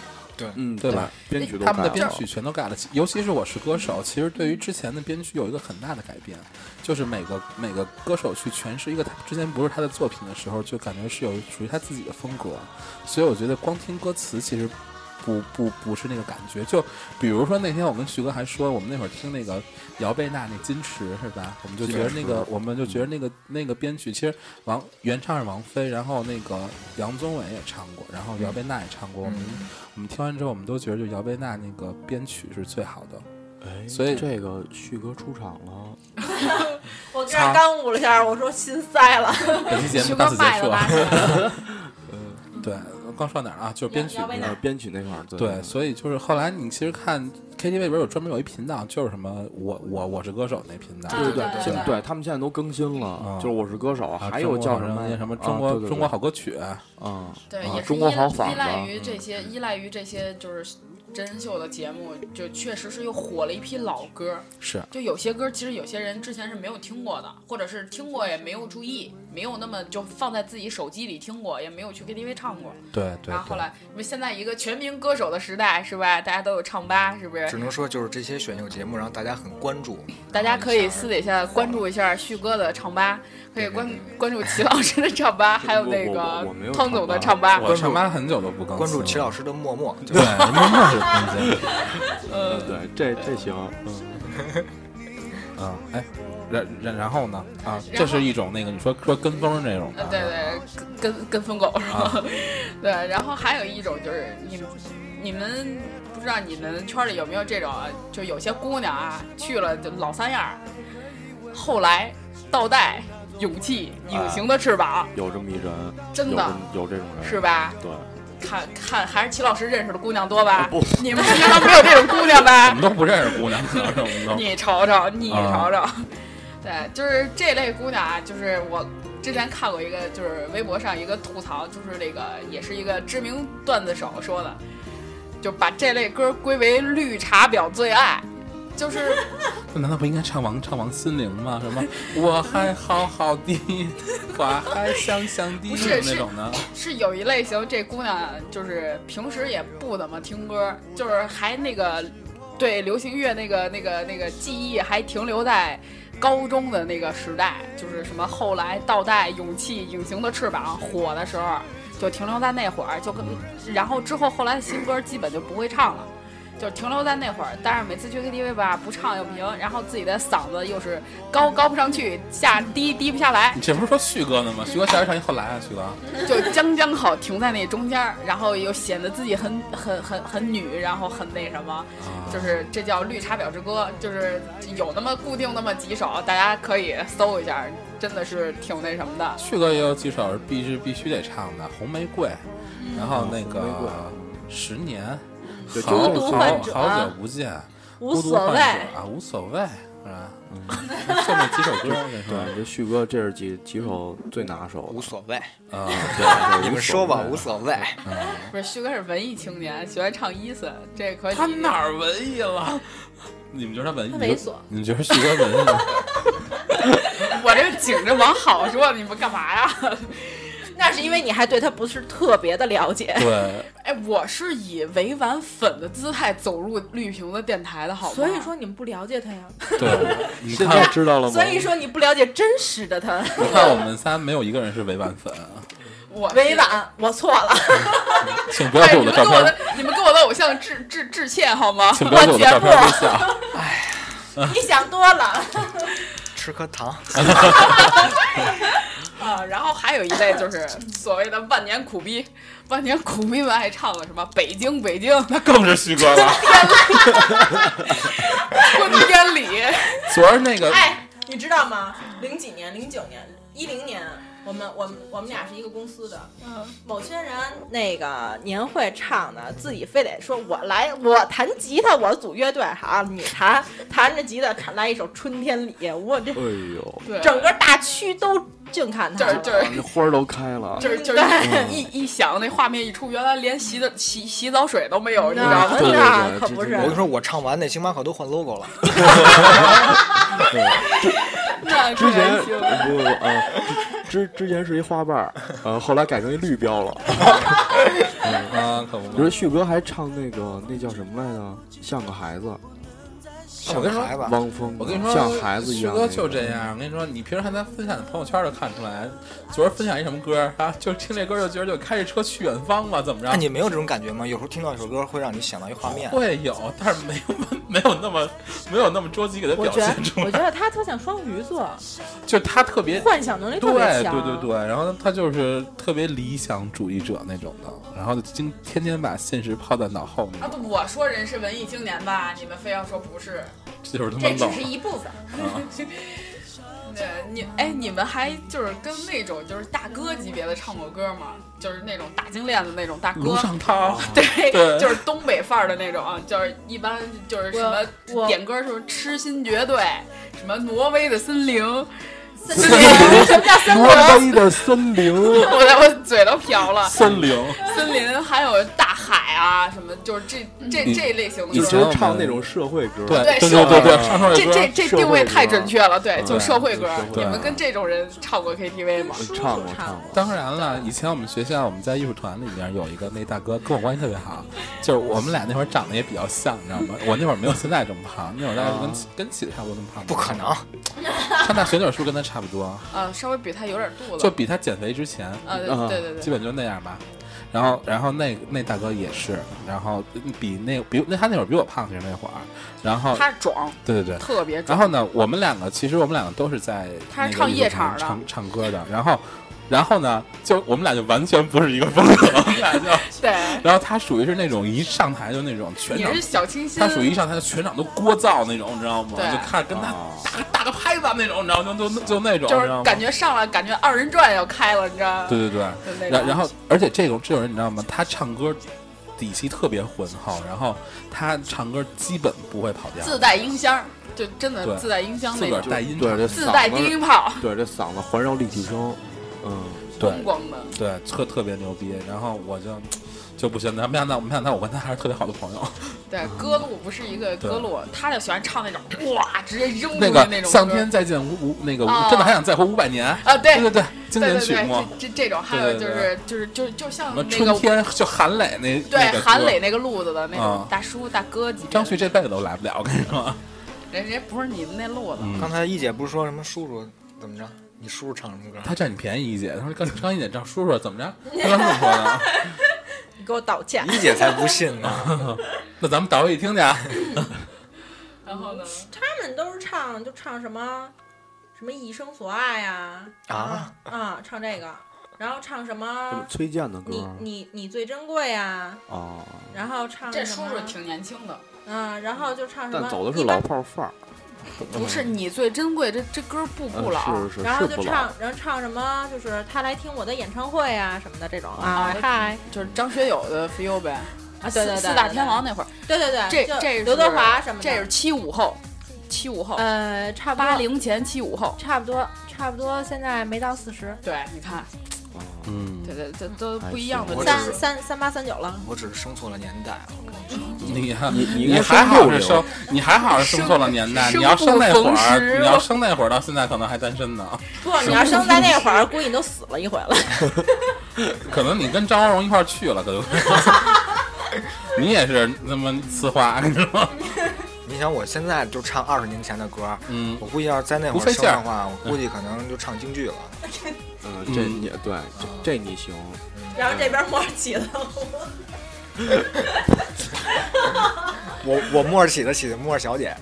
C: 嗯，
G: 对吧？
C: 编曲都
G: 他们的
C: 改
G: 编
C: 了
G: 曲全都改了，尤其是《我是歌手》，其实对于之前的编曲有一个很大的改变，就是每个每个歌手去诠释一个他之前不是他的作品的时候，就感觉是有属于他自己的风格，所以我觉得光听歌词其实不不不是那个感觉。就比如说那天我跟徐哥还说，我们那会儿听那个姚贝娜那《矜持》是吧？我们就觉得那
C: 嗯
G: 个，我们就觉得那个那个编曲，其实王原唱是王菲，然后那个杨宗纬也唱过，然后姚贝娜也唱过。我
C: 嗯
G: 们我们听完之后，我们都觉得就姚贝娜那个编曲是最好的。
C: 哎，
G: 所以
C: 这个旭哥出场了，
I: 我这儿刚捂了下，我说心塞了。
G: 本期节目
H: 熊
G: 到
H: 哥
G: 此结
H: 卖
G: 束啊嗯
H: 了。吧？
G: 对，刚说到哪儿了啊？就是编曲
I: 姚姚贝
H: 嗯
I: 娜
C: 呃，编曲那块儿，
G: 对，所以就是后来你其实看 KTV 里边有专门有一频道，就是什么我我我是歌手那频道，
C: 对对
I: 对
C: 现
I: 对
C: 对他们现在都更新了，就是我是歌手，
G: 啊
C: 还有叫什
G: 中国好声
C: 么
G: 音什么
C: 啊
G: 中国
C: 对对
G: 中国
C: 对
G: 好歌曲，
C: 啊，
H: 对，
C: 啊
H: 也是
C: 中
H: 依
C: 国好嗓
H: 依赖于
C: 子，嗯
H: 这些，依赖于这些就是真人秀的节目，就确实是又火了一批老歌。
G: 是
H: 就有些歌，其实有些人之前是没有听过的，或者是听过也没有注意，没没有那么就放在自己手机里听过，也没有去 KTV 唱过。
G: 对对
H: 然后后
G: 对，
H: 来，你们现在一个全民歌手的时代是吧？大家都有唱吧，是不是
B: 只？能说就是这些选秀节目让大家很关注，
H: 大家可以私底下关注一下旭哥的唱吧，可以关关注齐老师的唱吧，还有那
C: 我
H: 个
C: 我我没有
H: 汤总的
C: 唱
H: 唱吧。
G: 我上班很久都不更新了，
B: 关注齐老师的默默。就
G: 对，默默是更新。
C: 嗯对，这这行，嗯，
G: 嗯，哎，然然然后呢？啊，这是一种那个你说说跟风这种
H: 呃，
G: 的，
H: 对对，跟跟跟风狗是吧？ 对，然后还有一种就是你们你们不知道你们圈里有没有这种啊，就有些姑娘啊去了就老三样儿，后来倒带勇气隐形的翅膀、
C: 有这么一人，
H: 真的
C: 有这有这种人
H: 是？吧？
C: 对，
H: 看看还是齐老师认识的姑娘多吧？
C: 不
H: 你们平常没有这种姑娘吧
G: 我？们都不认识姑娘，可是我们都
H: 你瞅瞅，你
G: 啊
H: 瞅瞅， 对，就是这类姑娘啊，就是我之前看过一个，就是微博上一个吐槽，就是那个也是一个知名段子手说的，就把这类歌归为绿茶婊最爱，就是
G: 难道不应该唱王唱王心凌吗？什么我还好好的，我还香香的，
H: 不是
G: 那种的，
H: 是有一类型，这姑娘就是平时也不怎么听歌，就是还那个对流行乐那个那个那个记忆还停留在高中的那个时代，就是什么后来倒带勇气、隐形的翅膀火的时候，就停留在那会儿，就跟然后之后后来的新歌基本就不会唱了。就停留在那会儿，但是每次去 KTV 吧，不唱又不行，然后自己的嗓子又是高高不上去，下低低不下来
G: 你，这不是说旭哥呢吗？旭哥下一场以后来啊，旭哥，
H: 就将将好停在那中间儿，然后又显得自己很很很很女，然后很那什
G: 啊
H: 么，就是这叫绿茶婊之歌，就是有那么固定那么几首，大家可以搜一下，真的是挺那什么的。
G: 旭哥也有几首是必是必须得唱的，《红玫瑰》，
I: 嗯
G: 然后那个
C: 红玫瑰
G: 《十年》，
C: 对
G: 好
C: 就是
G: 好
I: 患者
G: 好久不见，
I: 无
G: 孤独
I: 所
G: 患者
I: 谓
G: 啊，无所谓是吧？嗯就那几首歌，你说
C: 对，这旭哥这是几几首最拿手
B: 无
C: 的，
B: 所谓，
G: 啊，
C: 对，
B: 你们说吧，无所谓。
H: 不是，旭哥是文艺青年，喜欢唱伊森，这可以。
G: 他哪儿文艺 了？你们觉得他文艺？
I: 他猥琐
G: 你们觉得旭哥文艺吗？
H: 我这紧着往好说，你们干嘛呀？
I: 那是因为你还对他不是特别的了解。
G: 对，
H: 哎，我是以伪婉粉的姿态走入绿屏的电台的，好吗？
I: 所以说 你们不了解他呀，
G: 对，你
C: 现
G: 看，
C: 在知道了吗？
I: 所以说你不了解真实的他。
G: 我看我们仨没有一个人是伪版粉，啊
H: 我是
I: 委婉，我错了，
G: 请 不要对我的照片，
H: 哎你们给我的，你们给我的偶像致致致歉好吗？
G: 请不要对我的照片微笑。
I: 你想多了。
B: 吃颗糖，
H: 啊，然后还有一类就是 所谓的万年苦逼，万年苦逼们爱唱的什么北京北京，
G: 那更是旭哥了。
H: 春天里，
G: 昨儿那个，
I: 哎，你知道吗？零几年，零九年，一零年，我们我们我们俩是一个公司的，某些人那个年会唱的，自己非得说我来，我弹吉他，我组乐队，好，你弹弹着吉他，弹来一首《春天里》，我这
C: 哎呦，
H: 对，
I: 整个大区都净看他
H: 就
I: 了，
H: 是就是
C: 这花儿都开了，
H: 就是就是
G: 嗯
H: 一一一想那画面一出，原来连洗的洗洗澡水都没有，你知道
I: 那
H: 吗？
C: 对对对
I: 那可不是
B: 我。跟你说，我唱完那星巴克都换 logo 了。
H: 那
C: 之前
H: 可
C: 不
H: 行
C: 不不啊，之之之前是一花瓣儿，呃，后来改成一绿标了。
G: 啊，可不
C: 你说
G: 嘛。
C: 旭哥还唱那个那叫什么来着？像个孩子，
B: 像个孩子，
C: 汪峰的，
G: 我跟你说，
C: 像孩子一样
G: 旭哥
C: 那个。
G: 就这样。我跟你说，你平时看他分享朋友圈都看出来，昨儿分享一什么歌啊？就听这歌就觉得就开着车去远方吧，怎么
B: 那
G: 着？
B: 你没有这种感觉吗？有时候听到一首歌会让你想到一画面。
G: 会有，但是没有没有那么没有那么着急给他
I: 我
G: 表
I: 觉得
G: 现，出
I: 我
G: 来，
I: 觉得他特像双鱼座，
G: 就是他特别
I: 幻想能力特
G: 对
I: 别
G: 对
I: 强。
G: 对对，然后他就是特别理想主义者那种的，然后就经天天把现实抛在脑后那
H: 啊，
G: 种，
H: 不我说人是文艺青年吧，你们非要说不是，
G: 这就是他
H: 这
G: 妈
H: 只
G: 冷
H: 是。一部分。
G: 啊
H: 对，你哎，你们还就是跟那种就是大哥级别的唱过歌吗？就是那种大金链子那种大哥，
G: 卢尚涛，
H: 对，
G: 对
H: 就是东北范儿的那种，啊，就是一般就是什
I: 我
H: 么
I: 我
H: 点歌是不是痴心绝对，什么挪威的森林，
I: 森林什么叫森林？
C: 挪威的森林，
H: 我我嘴都瓢了，
G: 森林，
H: 森林还有大海啊什么，就是这
G: 嗯
H: 这这类型的
G: 以
C: 就
H: 歌。
C: 是
G: 前我
C: 都
G: 们
C: 唱那种社会歌，
G: 对
H: 对
G: 对对
H: 社会
G: 对对
C: 歌，
G: 唱首
H: 这
G: 歌
H: 这这定位太准确了，对，
C: 嗯
H: 就社会歌
C: 社会。歌
H: 你
G: 嗯
H: 们跟这种人唱过 KTV 吗？
C: 我嗯唱过唱过，
G: 当然了，以前我们学校我们在艺术团里边有一个那大哥跟我关系特别好，就是我们俩那会儿长得也比较像，你知道吗？我那会儿没有现在这么胖，那会儿大概是跟起跟起子差不多那么胖。
B: 不可能，
G: 上大学那会儿是不是跟他差不多？
H: 啊，稍微比他有点肚子
G: 就。比他减肥之前，
H: 啊，对
C: 啊
H: 对对
G: 基
H: 对，
G: 本就那样吧。然后，然后那那大哥也是，然后比那比那他那会儿比我胖，其实那会儿，然后
H: 他是壮，
G: 对对对，
H: 特别
G: 然
H: 壮。
G: 后呢，我们两个其实我们两个都是在
H: 他是
G: 那个
H: 唱
G: 艺术
H: 夜
G: 团
H: 场的
G: 唱唱歌的，然后然后呢，就我们俩就完全不是一个风格， 我们俩就
H: 对，
G: 然后他属于是那种一上台就那种全
H: 你
G: 场
H: 是，小清新
G: 他。属于一上台就全场都聒噪那种，你知道吗？
H: 对
G: 就看跟他
C: 啊
G: 打个打个拍子那种，你知道吗？就就就那种，
H: 就
G: 你
H: 是
G: 知道吗
H: 感觉上来感觉二人转要开了，你知道吗？
G: 对对对。
H: 就那
G: 然
H: 种
G: 然后，而且这种这种人你知道吗？他唱歌底气特别浑厚，然后他唱歌基本不会跑调，
H: 自带音箱，就真的
G: 对
H: 自带音箱
G: 自
H: 那
G: 个儿
H: 种，
G: 带音
C: 对
G: 唱，
C: 这
H: 自带
C: 嗓
H: 低音
C: 子，
H: 炮，
C: 对这嗓子环绕立体声，嗯。
G: 对
H: 咣的。
G: 对，特特别牛逼。然后我就就不行，咱没想到没想到我跟他还是特别好的朋友。
H: 对，歌路不是一个歌路，他就喜欢唱那种哇，直接扔出去
G: 个
H: 种歌。
G: 上天再见五五那个五
H: 啊
G: 真的还想再活五百年
H: 啊，对
G: 对对对，经
H: 对
G: 典
H: 对
G: 曲目
H: 对，，这这这种，还
G: 对
H: 有就
G: 对
H: 是就是就就像
G: 什么
H: 那个
G: 春天就韩磊那那
H: 对
G: 个
H: 韩
G: 歌
H: 磊那个路子的那种
G: 啊
H: 大叔大哥级别的，
G: 张旭这辈子都来不了，我跟你说。
H: 人人家不是你们那路
G: 嗯
H: 子，
B: 刚才一姐不是说什么叔叔怎么着？你叔叔唱什么歌？
G: 他占你便宜，一姐。他说刚刚一姐这样说说怎么着？他刚这么说的，
I: 你给我道歉。
B: 一姐才不信呢。
G: 那咱们倒回去听去啊。
H: 然后呢，
I: 他们都是唱就唱什么什么一生所爱呀
B: 啊
I: 啊，唱这个，然后唱什么
C: 崔健的
I: 你
C: 歌
I: 你你最珍贵呀，
C: 啊，
I: 然后唱
H: 这
I: 什
H: 叔
I: 么
H: 叔挺年轻的，
I: 嗯，然后就唱什
C: 但
I: 么
C: 走的是
I: 一般
C: 老炮儿范儿，
H: 不是你最珍贵，这这歌不啊
C: 嗯
H: 不老，
C: 是是
I: 然后
C: 是
I: 就
C: 不老
I: 唱，，然后唱什么，就是他来听我的演唱会啊什么的这种
H: 啊
I: 啊，嗨
H: 就是张学友的 feel 呗，
I: 啊，
H: 哦四
I: 对对对，
H: 四大天王，那会儿，啊
I: 对对对，
H: 这
I: 就
H: 这是
I: 刘德华什么的，
H: 这是七五后，七五后，
I: 呃，差不
H: 八
I: 多，
H: 零前七五后，
I: 差不多，差不多，现在没到四十，
H: 对，你看，
C: 啊
G: 嗯，
H: 对对对，都
C: 哎
H: 不一样的
B: 我
H: 路
B: 只
I: 三
B: 是
H: 子，
I: 三三八三九了，
B: 我只是生错了年代，我跟你说，
G: 你看
C: 你你应
G: 你
C: 该
G: 还
C: 生
G: 好
C: 六
G: 是
C: 零
G: 生，你还好是生错了年代。
H: 生
G: 你要生那会
H: 生不逢时
G: 儿，你要生那会儿到现在可能还单身呢。
I: 不，你要生在那会儿，估计你都死了 一回了。
G: 可能你跟张国荣一块儿去了，可能。 你也是那么呲花，你知道吗？
B: 你想我现在就唱二十年前的歌，
G: 嗯
B: 我，估计要是在那会
G: 不
B: 儿
G: 费
B: 生
G: 劲儿
B: 的话，我估计可能就唱京剧了。
C: 嗯，这
G: 嗯
C: 你对这这你行，
I: 然后这边摸着起子，
B: 我我摸着起的起的摸着小姐，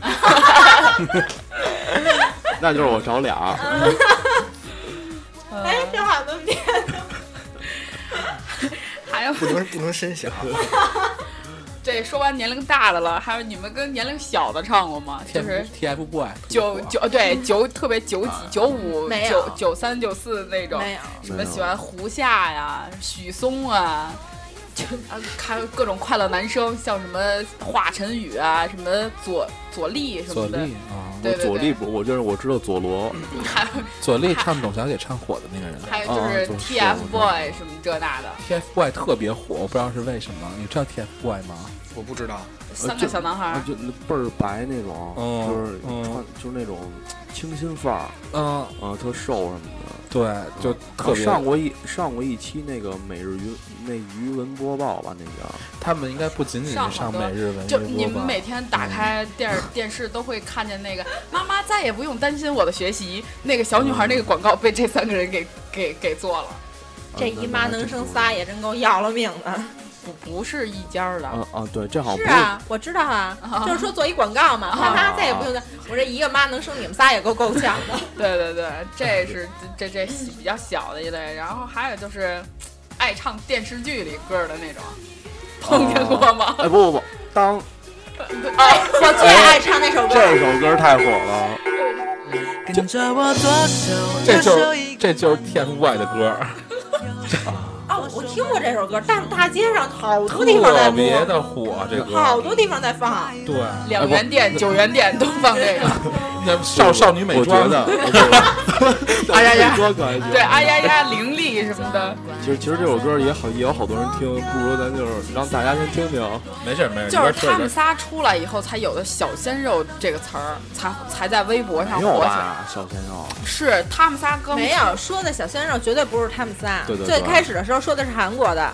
C: 那就是我找俩，
H: 嗯
I: 哎，这好 怎么变？
H: 还有
B: 不能不能深想。
H: 这说完年龄大的了，还有你们跟年龄小的唱过吗？就
G: TF
H: 是
G: TFBOY
H: 九九对九特别九几九五
I: 没
H: 九
I: 有
H: 九三九四那
C: 哦
H: 种，
I: 没有，
H: 什么喜欢胡夏呀、许嵩啊，就啊还有各种快乐男生，像什么华晨宇啊、什么左左立什
G: 左
H: 么的
G: 立，啊，
H: 对
C: 我
H: 对
C: 左立
H: 对
C: 不，我就是我知道佐罗，
H: 还有
G: 左立唱董小姐唱火的那个人
H: 还有就是
C: 啊总是
H: TFBOY 什么这那的，
G: ，TFBOY 特别火，我不知道是为什么。你知道 TFBOY 吗？
B: 我不知道，
H: 三个小男孩
C: 啊
H: 儿，
C: 就那倍儿白那种，
G: 嗯
C: 就是
G: 嗯
C: 穿就是那种清新范儿，
G: 嗯，
C: 啊，特瘦什么的。
G: 对，就特
C: 我
G: 别
C: 上过一上过一期那个每日余那余文播报吧，那叫
G: 他们应该不仅仅是上每日文娱
H: 就
G: 播报，
H: 你们每天打开电视电视都会看见那个妈妈再也不用担心我的学习，那个小女孩那个广告被这三个人给给给做了，
I: 这姨妈能生仨也真够要了命的。
H: 不不是一家儿的，
C: 啊啊，对，这好像
I: 是
C: 不是
I: 啊，我知道啊，就是说做一广告嘛，他妈再也不用再，我这一个妈能生你们仨也够够呛的。
H: 对对对，
C: 哎
H: 这是这这这比较小的一类，然后还有就是爱唱电视剧里歌儿的那种，碰见过吗？
C: 哎，不不不，当
I: 我最爱唱那首歌，
C: 这首歌太火了，
G: 这就是这就是 TFBOY 的歌，
I: 哦，我听过这首歌，但是大街上好多地方在
G: 特
I: 播，
G: 别的火，这歌
I: 好多地方在放。
G: 对。
C: 啊
H: 两元店、九元店都放这个，
G: 那少少女美
C: 我
G: 妆
C: 觉得，我觉 得
H: 哎呀呀
C: 少女美妆可还行
H: 对，啊呀呀，伶俐什么的，
C: 其实其实这首歌也好，也有好多人听，不如咱就是让大家先听听。
G: 没事儿没事儿，一
H: 就
G: 边说
H: 是他
G: 一
H: 们
G: 边
H: 仨出来以后才有的“小鲜肉”这个词儿，才才在微博上
C: 没有
H: 火起来。
C: 吧，小鲜肉？
H: 是他们仨哥们
I: 没有说的小鲜肉绝对不是他们仨。
C: 对对对
I: 最开始的时候说的是韩国的，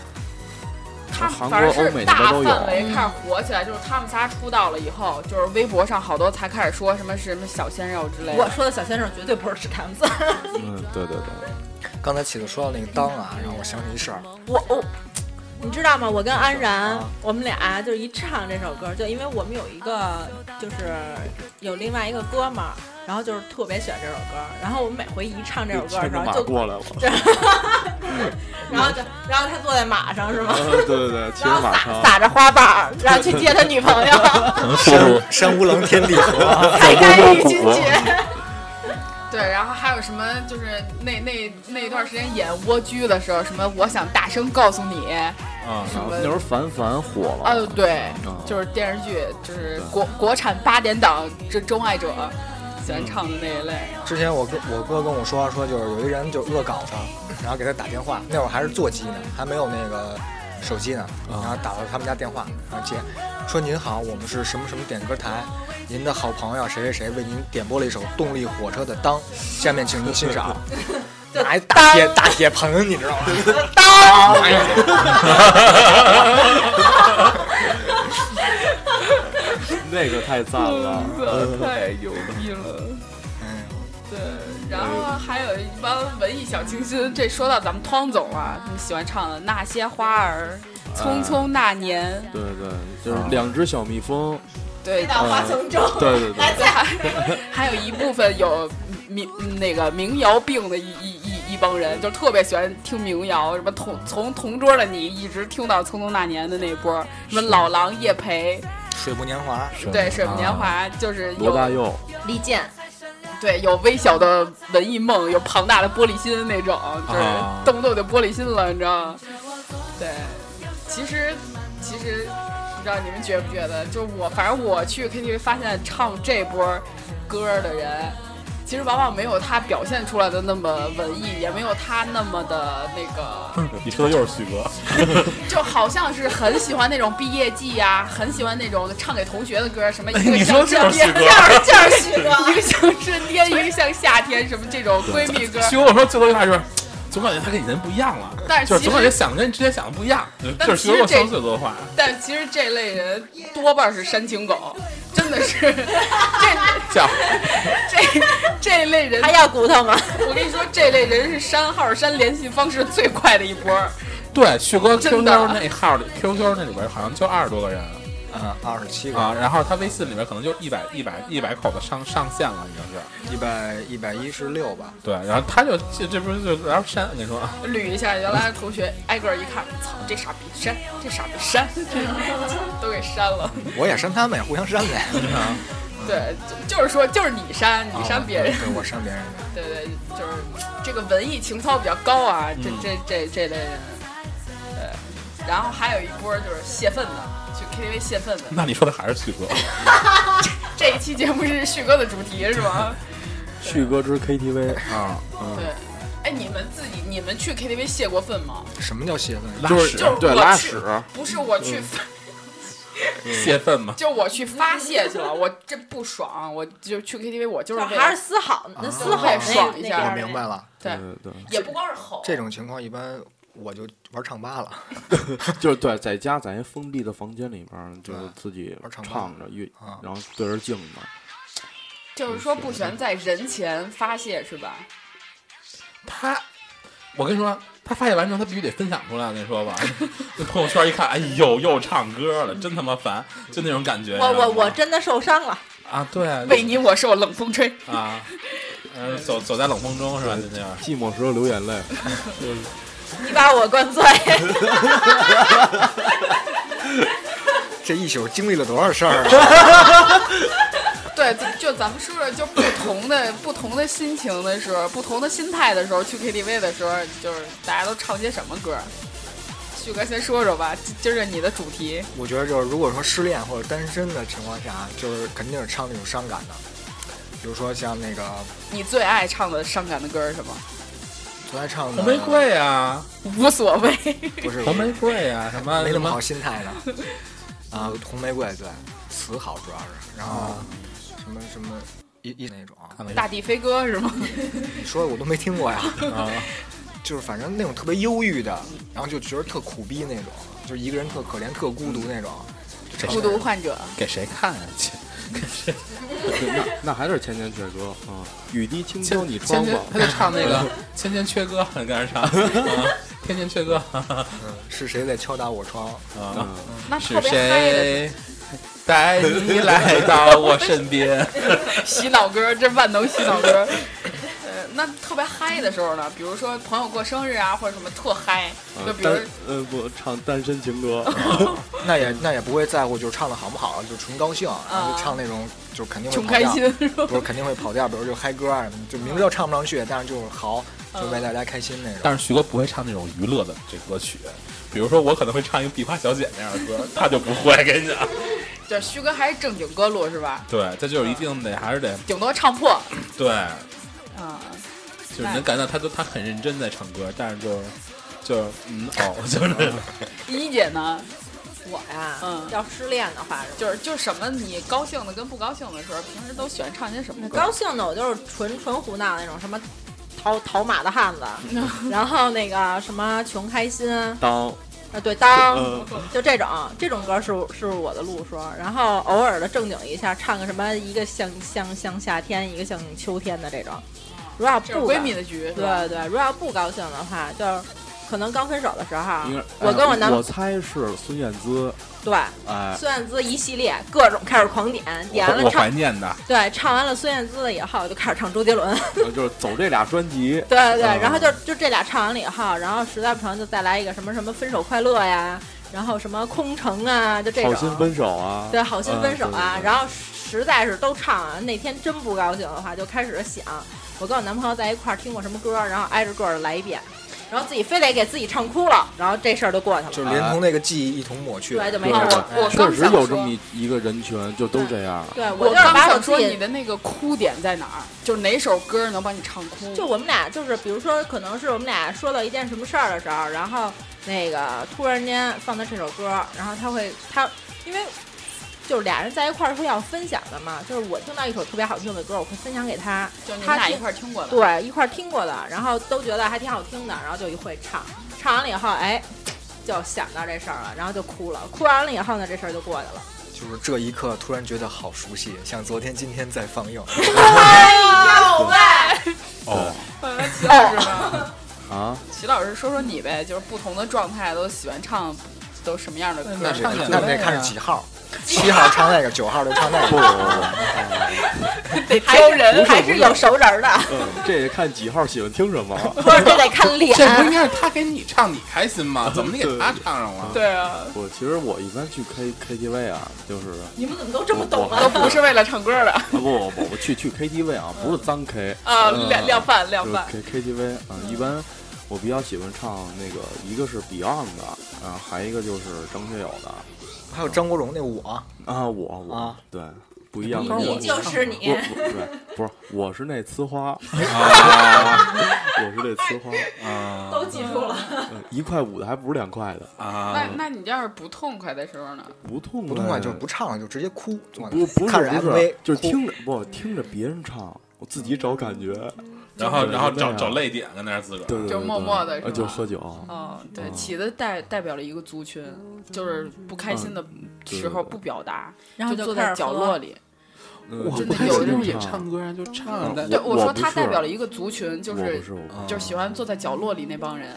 H: 他们
C: 韩
H: 反正
C: 国、欧
H: 是
C: 美那边
H: 大范
C: 都有。
H: 围开始火起来，就是他们仨出道了以后，就是微博上好多才开始说什么什么小鲜肉之类
I: 我
H: 的。
I: 说的小鲜肉绝对不是他们仨。
C: 嗯，对对对，
B: 刚才起子说到那个当啊，让我想起一事儿，
I: 我我、你知道吗？我跟安然，
C: 啊
I: 我们俩就一唱这首歌，就因为我们有一个就是有另外一个哥们儿，然后就是特别喜欢这首歌，然后我们每回一唱这首歌的
C: 牵
I: 时
C: 着
I: 候
C: 马
I: 就，
C: 过来了。
I: 然后就然后他坐在马上是吗？
C: 嗯，对对对，骑
I: 然
C: 着
I: 后
C: 马
I: 撒
C: 车。
I: 撒着花瓣儿，然后去接他女朋 友，
B: 山山无棱天地合，
I: 才开郁金节。
H: 对，然后还有什么就是那那那一段时间演蜗居的时候，什么我想大声告诉你，
G: 啊，
C: 然后那时候凡凡火了。
H: 啊，对
C: 嗯，
H: 就是电视剧，就是国国产八点档这钟爱者喜欢唱的那一类。
B: 之前我跟我哥跟我说说，就是有一人就恶搞他，然后给他打电话，那会儿还是座机呢，还没有那个手机呢，然后打到他们家电话，然后接，说您好，我们是什么什么点歌台，您的好朋友谁谁谁为您点播了一首动力火车的《当》，下面请您欣赏。拿一大铁大铁盆，你知道吗？当，哎呀，
C: 那个太赞了。
H: 太牛逼了！对，然后还有一帮文艺小清新，这说到咱们汤总了，他们喜欢唱的《那些花儿》《匆匆那年
C: 对对，就是两只小蜜蜂。》，
H: 对，
I: 花丛中，
C: 对对对，
H: 对，还还有一部分有民那个民谣病的一一一一帮人，就特别喜欢听民谣，什么同从同桌的你一直听到《匆匆那年》的那波，什么老狼、叶培，
B: 水木年华，
H: 对，水木年华，就是
C: 啊罗大
H: 有
C: 佑。
I: 李健，
H: 对有微小的文艺梦，有庞大的玻璃心那种，就是
G: 啊
H: 动不动就玻璃心了，你知道吗？对，其实其实不知道你们觉不觉得，就是我反正我去 KTV 发现唱这波歌的人。其实往往没有他表现出来的那么文艺，也没有他那么的那个，
G: 你说的又是旭哥，
H: 就好像是很喜欢那种毕业季呀、 很喜欢那种唱给同学的歌，什么一个
G: 你说
H: 向
G: 这
H: 上
G: 是旭
H: 天，
G: 哥，
I: 就是许 哥。
H: 一个像春天，一个像夏天，什么这种闺蜜歌。
G: 旭哥，我说最后一句话就是，总感觉他跟以前不一样了，
H: 但是
G: 就是
H: 其
G: 总感
H: 实
G: 觉想的跟你之前想的不一样，
H: 但
G: 这是
H: 其
G: 旭哥
H: 实
G: 跟我说
H: 这
G: 的最多的话。
H: 但其实这类人多半是煽情狗，真的是 这
G: 叫
H: 这这类人
I: 还，要骨头吗？
H: 我跟你说，这类人是删号、删联系方式最快的一波。
G: 对旭哥
H: 真
G: QQ
H: 的
G: 那号里，QQ 那里边好像就二十多个人
B: 嗯，二十七个，
G: 啊，然后他微信里边可能就一百一百一百口子上上线了，已经是。
B: 一百一百一十六吧。
G: 对，然后他就这这不是就然后删，跟你说啊，
H: 捋一下原来的同学，挨个一看，操，这傻逼删，这傻逼删， 都给删了。
B: 我也删他们，互相删 呗。
H: 对，就就是说，就是你删，啊你删别人。
B: 哦对，我删别人的。
H: 对对，就是这个文艺情操比较高啊，这这这这类人。对，然后还有一波就是泄愤的，去 KTV 泄愤的。
G: 那你说的还是旭哥，
H: 这一期节目是旭哥的主题是吗？
C: 旭哥之 KTV 啊，
H: 对。哎，你们自己，你们去 KTV 泄过愤吗？
B: 什么叫泄愤？
C: 就是
H: 就是
C: 对
H: 我
C: 拉
H: 去
C: 屎，
H: 不是我去发，
G: 泄愤嘛。
H: 就我去发泄去了，我这不爽，我就去 KTV，我就是为了
I: 还是嘶
C: 啊
I: 吼，那嘶
H: 我
I: 吼
H: 也
I: 那
H: 爽
I: 那
H: 一
I: 边
H: 下
B: 我
I: 儿
B: 明白了，
H: 对，
C: 对对，
H: 也不光是吼，
B: 这种情况一般我就玩唱吧了。
C: 就是对，在家在一封闭的房间里边儿，就是自己
B: 玩唱吧
C: 唱着乐
B: 啊，
C: 然后对着镜子。
H: 就是说不喜欢在人前发泄是吧？
G: 他，我跟你说，他发泄完之后，他必须得分享出来。我跟你说吧， 那朋友圈一看，哎呦，又唱歌了，真他妈烦，就那种感觉。
I: 我我我
G: 这
I: 真的受伤了，
G: 啊，对，
H: 为你我受冷风吹，
G: 啊，嗯，走走在冷风中是吧？就那样。
C: 寂寞时候流眼泪，
I: 你把我灌醉。
B: 这一宿经历了多少事儿啊？
H: 对，就就咱们说说，就不同的不同的心情的时候，不同的心态的时候，去 KTV 的时候，就是大家都唱些什么歌？旭哥先说说吧，今今儿这你的主题，
B: 我觉得就是，如果说失恋或者单身的情况下，就是肯定是唱那种伤感的，比如说像那个
H: 你最爱唱的伤感的歌是什么？
B: 昨天唱的
G: 红玫瑰啊，
H: 无所谓。
B: 不是
G: 红玫瑰啊，什么
B: 没那
G: 什
B: 么好
G: 么
B: 心态的啊，红玫瑰对，词好主要是，然后什么什么一一那种，啊
G: 看了一
H: 大地飞歌是吗？
B: 你说的我都没听过呀，
G: 个啊，
B: 就是反正那种特别忧郁的，然后就觉得特苦逼那种，就是一个人特可怜、特孤独那种。
G: 这
H: 孤独患者。
G: 给谁看啊？切
C: 那那还是千千阙歌啊，雨滴轻敲
G: 千
C: 你
G: 千
C: 窗
G: 千
C: 吧，
G: 他就唱 那个千千阙歌，你跟着 唱，啊天天阙歌啊，
B: 嗯，是谁在敲打我窗？
C: 嗯，
H: 那特
G: 是
H: 别嗨的
G: 谁带你来到我身边？
H: 洗脑歌，这万能洗脑歌。呃，那特别嗨的时候呢，比如说朋友过生日啊，或者什么特嗨，
G: 嗯
C: 呃
H: 就比如
C: 单呃不唱单身情歌，
B: 那也那也不会在乎，就是唱的好不好，就纯高兴，然后就唱那种，就肯定会
H: 穷
B: 跑
H: 开
B: 调，
H: 心是 吧？
B: 不是肯定会跑调，比如就嗨歌啊什么，就明知道唱不上去，但是就是嚎，就为大家开心那种。
G: 但是徐哥不会唱那种娱乐的这歌曲，比如说我可能会唱一个《壁花小姐》那样的歌， 他就不会。跟你讲，
H: 就是徐哥还是正经歌路是吧？
G: 对，这就是一定得还是得
H: 顶多唱破，
G: 对，
H: 啊、
G: 就是能感到他都他很认真在唱歌，但是就是就是嗯哦， 就是
H: 一姐呢，
I: 我呀，
H: 嗯
I: 要失恋的话是吧
H: 就是就什么你高兴的跟不高兴的时候，平时都喜欢唱些什么歌？
I: 高兴的我就是纯纯胡闹那种，什么讨讨马的 汉子，然后那个什么穷开心，
C: 当
I: 啊对当，
C: 嗯
I: 就这种这种歌是是我的路数，然后偶尔的正经一下，唱个什么一个像像像夏天，一个像秋天的这种。如果要
H: 这是
I: 不
H: 闺蜜的局，是吧
I: 对对，如果要不高兴的话，就是可能刚分手的时候
C: 应该，
I: 我跟我男
C: 哎我猜是孙燕姿，
I: 对
C: 哎，
I: 孙燕姿一系列各种开始狂点，点
G: 我
I: 了
G: 我
I: 唱
G: 怀念的，
I: 对唱完了孙燕姿了以后，就开始唱周杰伦。
C: 呃就是走这俩专辑，
I: 对对，
C: 嗯
I: 然后就就这俩唱完了以后，然后实在不成就再来一个什么什么分手快乐呀，然后什么空城啊，就这
C: 好
I: 种。
C: 心分手啊，
I: 对，好心分手啊，
C: 嗯对对对
I: 然后实在是都唱啊，那天真不高兴的话，就开始想，我跟我男朋友在一块儿听过什么歌，然后挨着个儿来一遍，然后自己非得给自己唱哭了，然后这事儿就过去了。
B: 就是连同那个记忆一同抹去。
I: 对，就没
C: 嗯对
I: 事儿了。
H: 我我
C: 确
H: 刚
C: 实
H: 想
C: 有这么
H: 说。
C: 一一个人群，就都这样。
I: 对，我
H: 我
I: 就是
H: 刚
I: 把我
H: 想
I: 自
H: 说
I: 己
H: 你的那个哭点在哪儿，就是哪首歌能把你唱哭？
I: 就我们俩就是，比如说，可能是我们俩说到一件什么事儿的时候，然后那个突然间放的这首歌，然后他会他，因为就是俩人在一块儿会要分享的嘛，就是我听到一首特别好听的歌，我会分享给他，
H: 就你们
I: 他
H: 俩
I: 听
H: 一块儿听过的，
I: 对，一块儿听过的，然后都觉得还挺好听的，然后就一会唱，唱完了以后，哎，就想到这事儿了，然后就哭了，哭完了以后呢，这事儿就过去了。
B: 就是这一刻突然觉得好熟悉，像昨天、今天在放映。
H: 哎
I: 哎
H: 齐老师呢？
C: 啊，
H: 齐老师说说你呗，就是不同的状态都喜欢唱都什么样的歌？
B: 那得
G: 唱起来
B: 那得看是几号，七号唱那个，九号就唱那
C: 不不
B: 个。
C: 不，
H: 得哎挑人
I: 还是有熟人儿的，
C: 嗯，这也看几号喜欢听什么。
I: 不是这得看脸。
G: 这不应该是他给你唱，你开心吗？怎么你给他唱上了？
H: 对啊，
C: 我其实我一般去 K K T V 啊，就是
I: 你们怎么都这么
C: 我
I: 懂
C: 我
I: 啊？
C: 还
H: 都不是为了唱歌的
C: 啊不不不，我去去 K T V
I: 嗯
C: 啊，不是脏 K
I: 哦
H: 啊，
C: 嗯
H: 量量贩量
C: 就是
H: 贩。
C: K K T V 啊，一般我比较喜欢唱那个，一个是 Beyond 的，啊，还一个就是张学友的
B: 还有张国荣那我，
C: 啊，我我
B: 啊
C: 对不一样的
G: 不
C: 人，
G: 是
C: 我
G: 我
I: 你就是你
C: 我，我对不是我是那呲
H: 啊
C: 花，我是那呲花，
G: 啊
I: 都记住了。
C: 嗯一块五的还不是两块的，
H: 那
G: 啊！
H: 那你要是不痛快的时候呢？
C: 不痛
B: 不
C: 不
B: 痛快就是不唱了，就直接哭。坐那
C: 不不
B: 看着
C: 是不
B: MV，
C: 是，就是
B: 哭
C: 听着不听着别人唱，我自己找感觉，
G: 然后然后
C: 对
G: 找
C: 对
G: 找泪点跟那儿自个
C: 对
G: 儿，
C: 对对，
H: 嗯就默默地
C: 对
H: 是吧
C: 啊就喝酒，
H: 哦，对，起子代代表了一个族群，就是不开心的
C: 嗯对
H: 时候
C: 对
H: 不表达，
I: 然后
H: 就
I: 就
H: 坐
I: 开
H: 在
I: 始
H: 角
I: 喝
H: 落里。
C: 嗯
G: 我
H: 真
G: 不
H: 的
G: 开
H: 有
G: 心
H: 这
G: 的
H: 种
G: 时候也唱歌啊，就唱
C: 我
G: 的。
H: 对，
C: 我
H: 我说
C: 不
H: 他
C: 是
H: 代表了一个族群，就
C: 我
H: 是
C: 不是我不
H: 就是喜欢坐在角落里那帮人。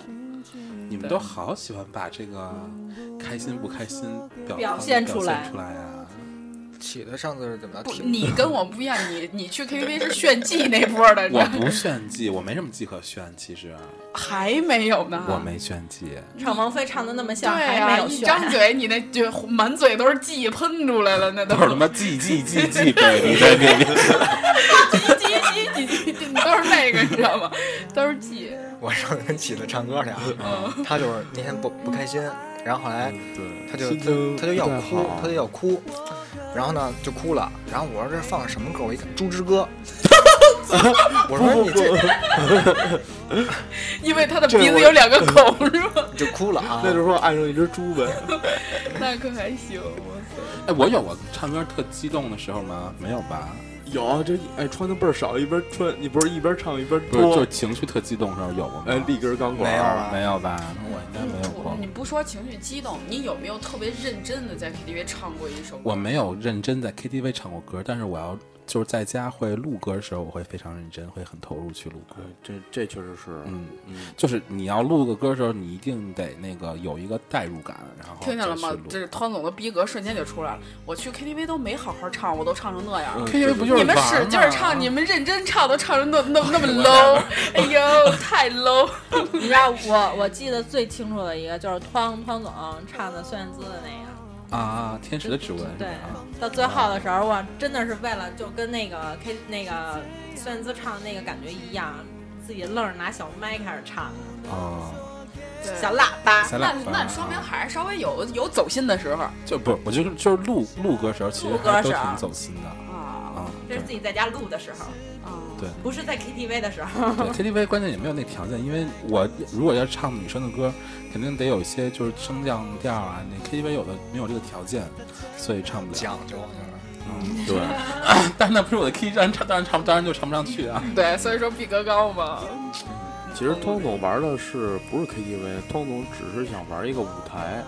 G: 你们都好喜欢把这个开心不开心表
I: 表
G: 表
I: 现出
G: 出
I: 来
G: 出来啊！
B: 起的上次是怎么
H: 不，嗯
B: 着？挺
H: 你跟我不一样，你你去 KTV 是炫技那波的，
G: 我不炫技，我没什么技可炫，其实
H: 还没有呢。
G: 我没炫技。
I: 唱王菲唱的那么像，
H: 对
I: 还
H: 呀、
I: 没有
H: 一
I: 炫
H: 张嘴你那就满嘴都是气喷出来了，那都
G: 都是他妈记记记记 baby baby，
H: 叽叽叽叽叽都是那个，你知道吗？都是气。
B: 我上次跟起子唱歌去啊， 他就是那天不不开心，然后后来
C: 嗯对，
B: 他就
C: 心
B: 他
C: 情
B: 他就要
C: 不太
B: 哭
C: 好，
B: 他就要哭，然后呢就哭了。然后我说这放的什么歌？我一看《猪之歌》，我说你这
H: 因为他的
C: 这
H: 鼻
C: 我
H: 子有两个孔，是吧？
B: 就哭了啊
C: 那！就说爱上一只猪呗。
H: 那可还行，我操！
G: 哎，我有过唱歌特激动的时候吗？没有吧？
C: 有这哎穿的倍儿少，一边穿你不是一边唱一边
G: 不是，
C: 多
G: 就是，情绪特激动的时候有过吗？
C: 哎立根钢管
B: 没有
C: 儿，
B: 啊
G: 没有吧？我应该没有过。
H: 你不说情绪激动，你有没有特别认真的在 KTV 唱过一首歌？
G: 我没有认真在 KTV 唱过歌，但是我要就是在家会录歌的时候，我会非常认真，会很投入去录歌。
C: 这这确实是，
G: 嗯
C: 嗯，
G: 就是你要录个歌的时候，你一定得那个有一个代入感，然后
H: 听见了
G: 再去
H: 吗
G: 哦录？
H: 这是汤总的逼格瞬间就出来了。我去 KTV 都没好好唱，我都唱成那样
C: 嗯
H: 了。
G: KTV 不就是
H: 你们
G: 玩
H: 使劲儿
G: 吗
H: 唱，你们认真唱，都唱成那那那么 low，哎 呦，太 low！
I: 你知道我我记得最清楚的一个就是汤汤总唱的孙燕姿的那个，
G: 啊，天使的指纹是吧
I: 对，到最后的时候，我真的是为了就跟那个 K 那个孙燕姿唱的那个感觉一样，自己愣是拿小麦开始唱，
G: 哦，
H: 对
I: 小喇叭。
G: 咱
H: 那
G: 俩
H: 那说明还是稍微有有走心的时候
G: 啊就不是，我就是就是录录歌的时候，其实
I: 录歌
G: 还都
I: 时候
G: 挺走心的
H: 啊
G: 啊。
I: 这
G: 对
I: 是自己在家录的时候，
H: 啊！
G: 对
I: 不是在 KTV 的时候。
G: 对 KTV 关键也没有那条件，因为我如果要唱女生的歌，肯定得有一些就是升降调啊。那 KTV 有的没有这个条件，所以唱不了。
B: 讲究啊就是
G: 嗯，对， 但是那不是我的 key，当然唱，当然唱，当然就唱不上去啊。
H: 对，所以说逼格高嘛。
C: 其实汤总玩的是不是 KTV？汤总只是想玩一个舞台，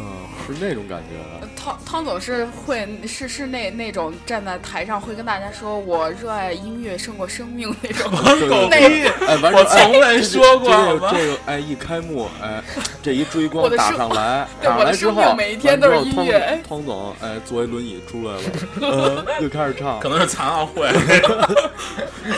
C: 嗯，是那种感 觉。
H: 汤汤总是会是是那那种站在台上会跟大家说我热爱音乐胜过生命那种
C: 狗
H: 那
C: 哎，完
G: 我从未说过
C: 这个
G: 好吗
C: 这个哎，一开幕哎，这一追
H: 我
C: 光
H: 的
C: 打
H: 生
C: 上来，
H: 对
C: 打
H: 我
C: 上
H: 的
C: 来之
H: 生命
C: 后，
H: 每一天都是
C: 完之后
H: 音乐
C: 汤汤总哎，坐一轮椅出来 了，嗯，又开始唱，
G: 能是残奥会，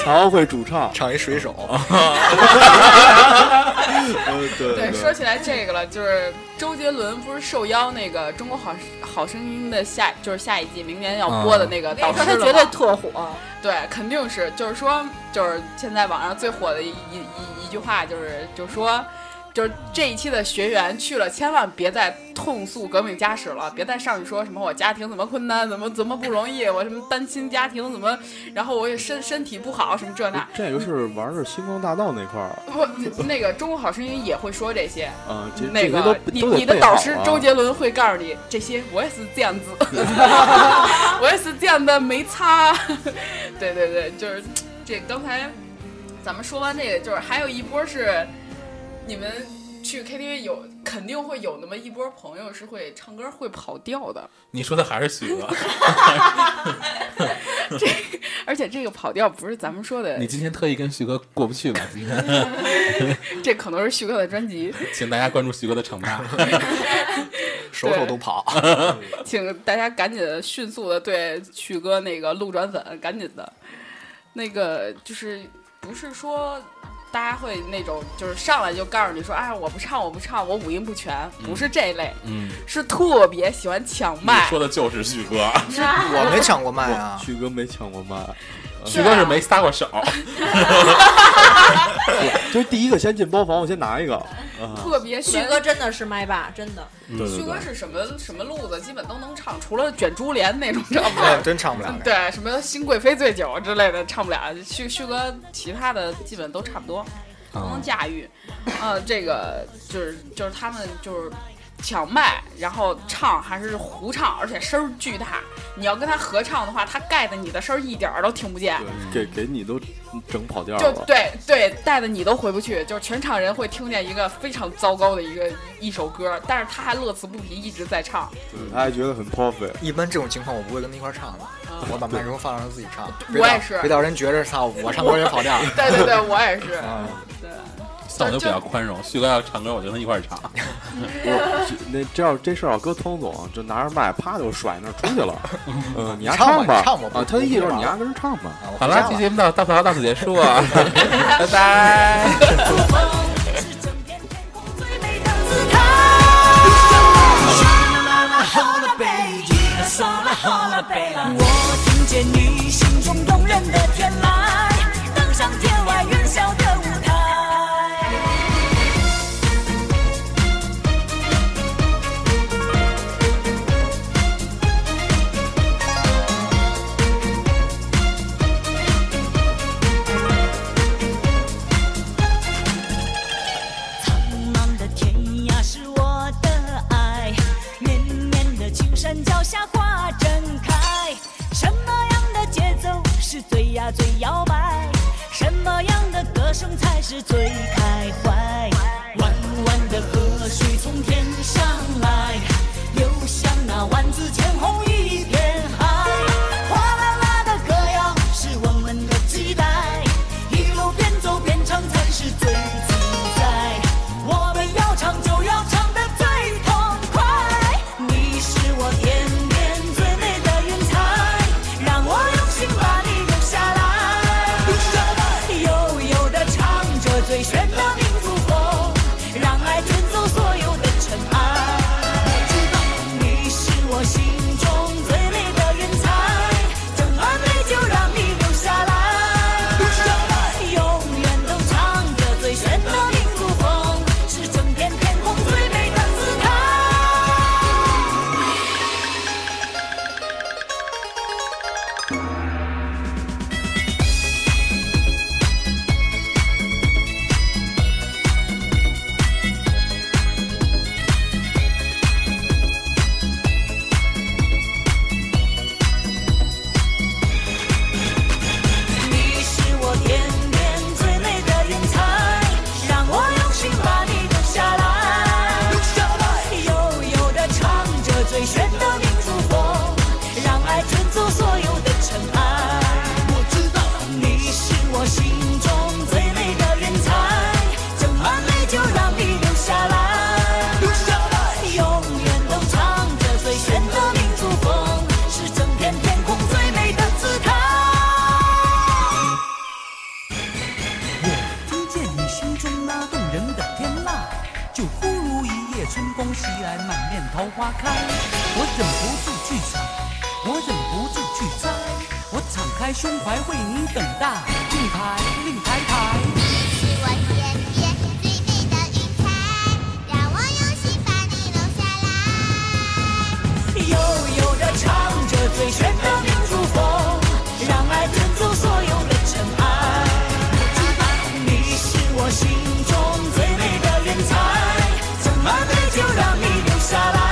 C: 残奥会主唱，
B: 唱一水手，
C: 嗯， 对
H: 对，说起来这个了，就是周杰伦不是受邀那个《中国好好声音》的下就是下一季明年要播的那个导
I: 我
H: 师
I: 说他
H: 了
I: 绝对
H: 嘛
I: 特火，
H: 对，肯定是就是说就是现在网上最火的一一一一句话就是就说。就是这一期的学员去了，千万别再痛诉革命家史了，别再上去说什么我家庭怎么困难，怎么怎么不容易，我什么单亲家庭怎么，然后我也身身体不好什么这那，
C: 这个是玩的是星光大道那块儿，
H: 我那个《中国好声音》也会说这些，
C: 啊，这这
H: 那
C: 些都
H: 个
C: 都
H: 你
C: 得
H: 你的
C: 备
H: 导
C: 好
H: 师
C: 啊
H: 周杰伦会告诉你，这些我也是这样子， 我也是这样的，没差。对对对，就是这刚才咱们说完这个，就是还有一波是你们去 KTV 有肯定会有那么一波朋友是会唱歌会跑调的，
G: 你说的还是许哥。
H: 而且这个跑调不是咱们说的
G: 你，今天特意跟许哥过不去吧？今天，
H: 这可能是徐克的专辑，
G: 请大家关注许哥的成败。
B: 手手都跑。
H: 请大家赶紧迅速的对曲哥那个路转粉，赶紧的，那个就是不是说大家会那种就是上来就告诉你说，哎，我不唱，我不唱，我五音不全，不是这一类，
G: 嗯，
H: 是特别喜欢抢麦，
G: 的就是许 哥，
B: 我没抢过麦 啊，
C: 旭哥没抢过麦，
G: 许哥是没撒过手。
C: 就是第一个先进包房，我先拿一个，
H: 特别喜
I: 旭
H: 欢
I: 哥真的是麦霸，真的。
G: 对对
H: 旭哥
G: 对，
H: 是什么什么路子，基本都能唱，除了卷珠帘那种唱不
B: 我
H: 了。
B: 真唱不了。
H: 对，什么新贵妃醉酒之类的唱不了，旭旭哥其他的基本都差不多。都能驾驭。呃，这个就是就是他们就是抢麦，然后唱还是胡唱，而且声儿巨大。你要跟他合唱的话，他盖的你的声儿一点儿都听不见。
C: 给给你都整跑调
H: 就
C: 了。
H: 对对，带的你都回不去，就是全场人会听见一个非常糟糕的一个一首歌，但是他还乐此不疲，一直在唱。
C: 对他还觉得很 perfect，
B: 一般这种情况我不会跟他一块儿唱的，
H: 嗯
B: 我把麦克风放上自己唱。
H: 对
B: 别到
H: 我也是
B: 别到人觉着操，我唱歌也跑调。啊
H: 对对对，我也是。对，
G: 像我就比较宽容，许哥要唱歌，我就跟他一块儿 唱。
C: 我那这要这事儿要搁汤总，就拿着麦啪就甩那儿出去 了。嗯，你还
B: 唱吧
C: 吧
B: 你唱吧不
C: 啊，他的意思就是
B: 不
C: 你还跟人唱吧。
B: 啊我
G: 好
B: 回
G: 啦，
B: 家
G: 这期节目到到此到此结束 啊，拜拜。
F: 我听见你心中动人的天籁，登上天外云霄的舞台。
I: 是最开怀。弯弯的河水从天上来，流向那万紫千红一片海。哗啦啦的歌谣是我们的期待，一路边走边唱才是最自在。我们要唱就要唱得最痛快，你是我天边最美的云彩，让我用心把你留下来。悠悠的唱着最炫的民族风，让爱卷走所有的尘埃。你是我心中最美的云彩，整碗美酒让你留下来。永远都唱着最炫的民族风，是整片天空最美的姿态。你是我天边最美的云彩，让我用心把你留下来。悠悠的唱着最炫的民族风，让爱卷走所有的尘埃。我知道你是我心中最美的云彩，整碗美酒让你留下来。永远都唱着最炫的民族风，是整片天空最美的姿态。听见你心中那动人的天籁，就忽如一夜春风袭来，满面桃花开。我忍不住去采，我忍不住去摘，我敞开胸怀为你等待，令牌令牌牌。
J: 是我天边最美的云彩，让我用心把你留下来。
I: 悠悠地唱着最炫的民族风，让爱卷走所有的尘埃。你是我心中最美的云彩，怎么对就让你留下来。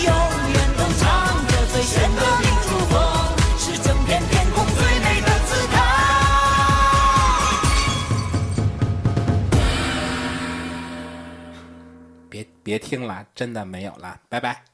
I: 永远都唱着最炫的民族风，是整片天空最美的姿态。
G: 别别听了，真的没有了，拜拜。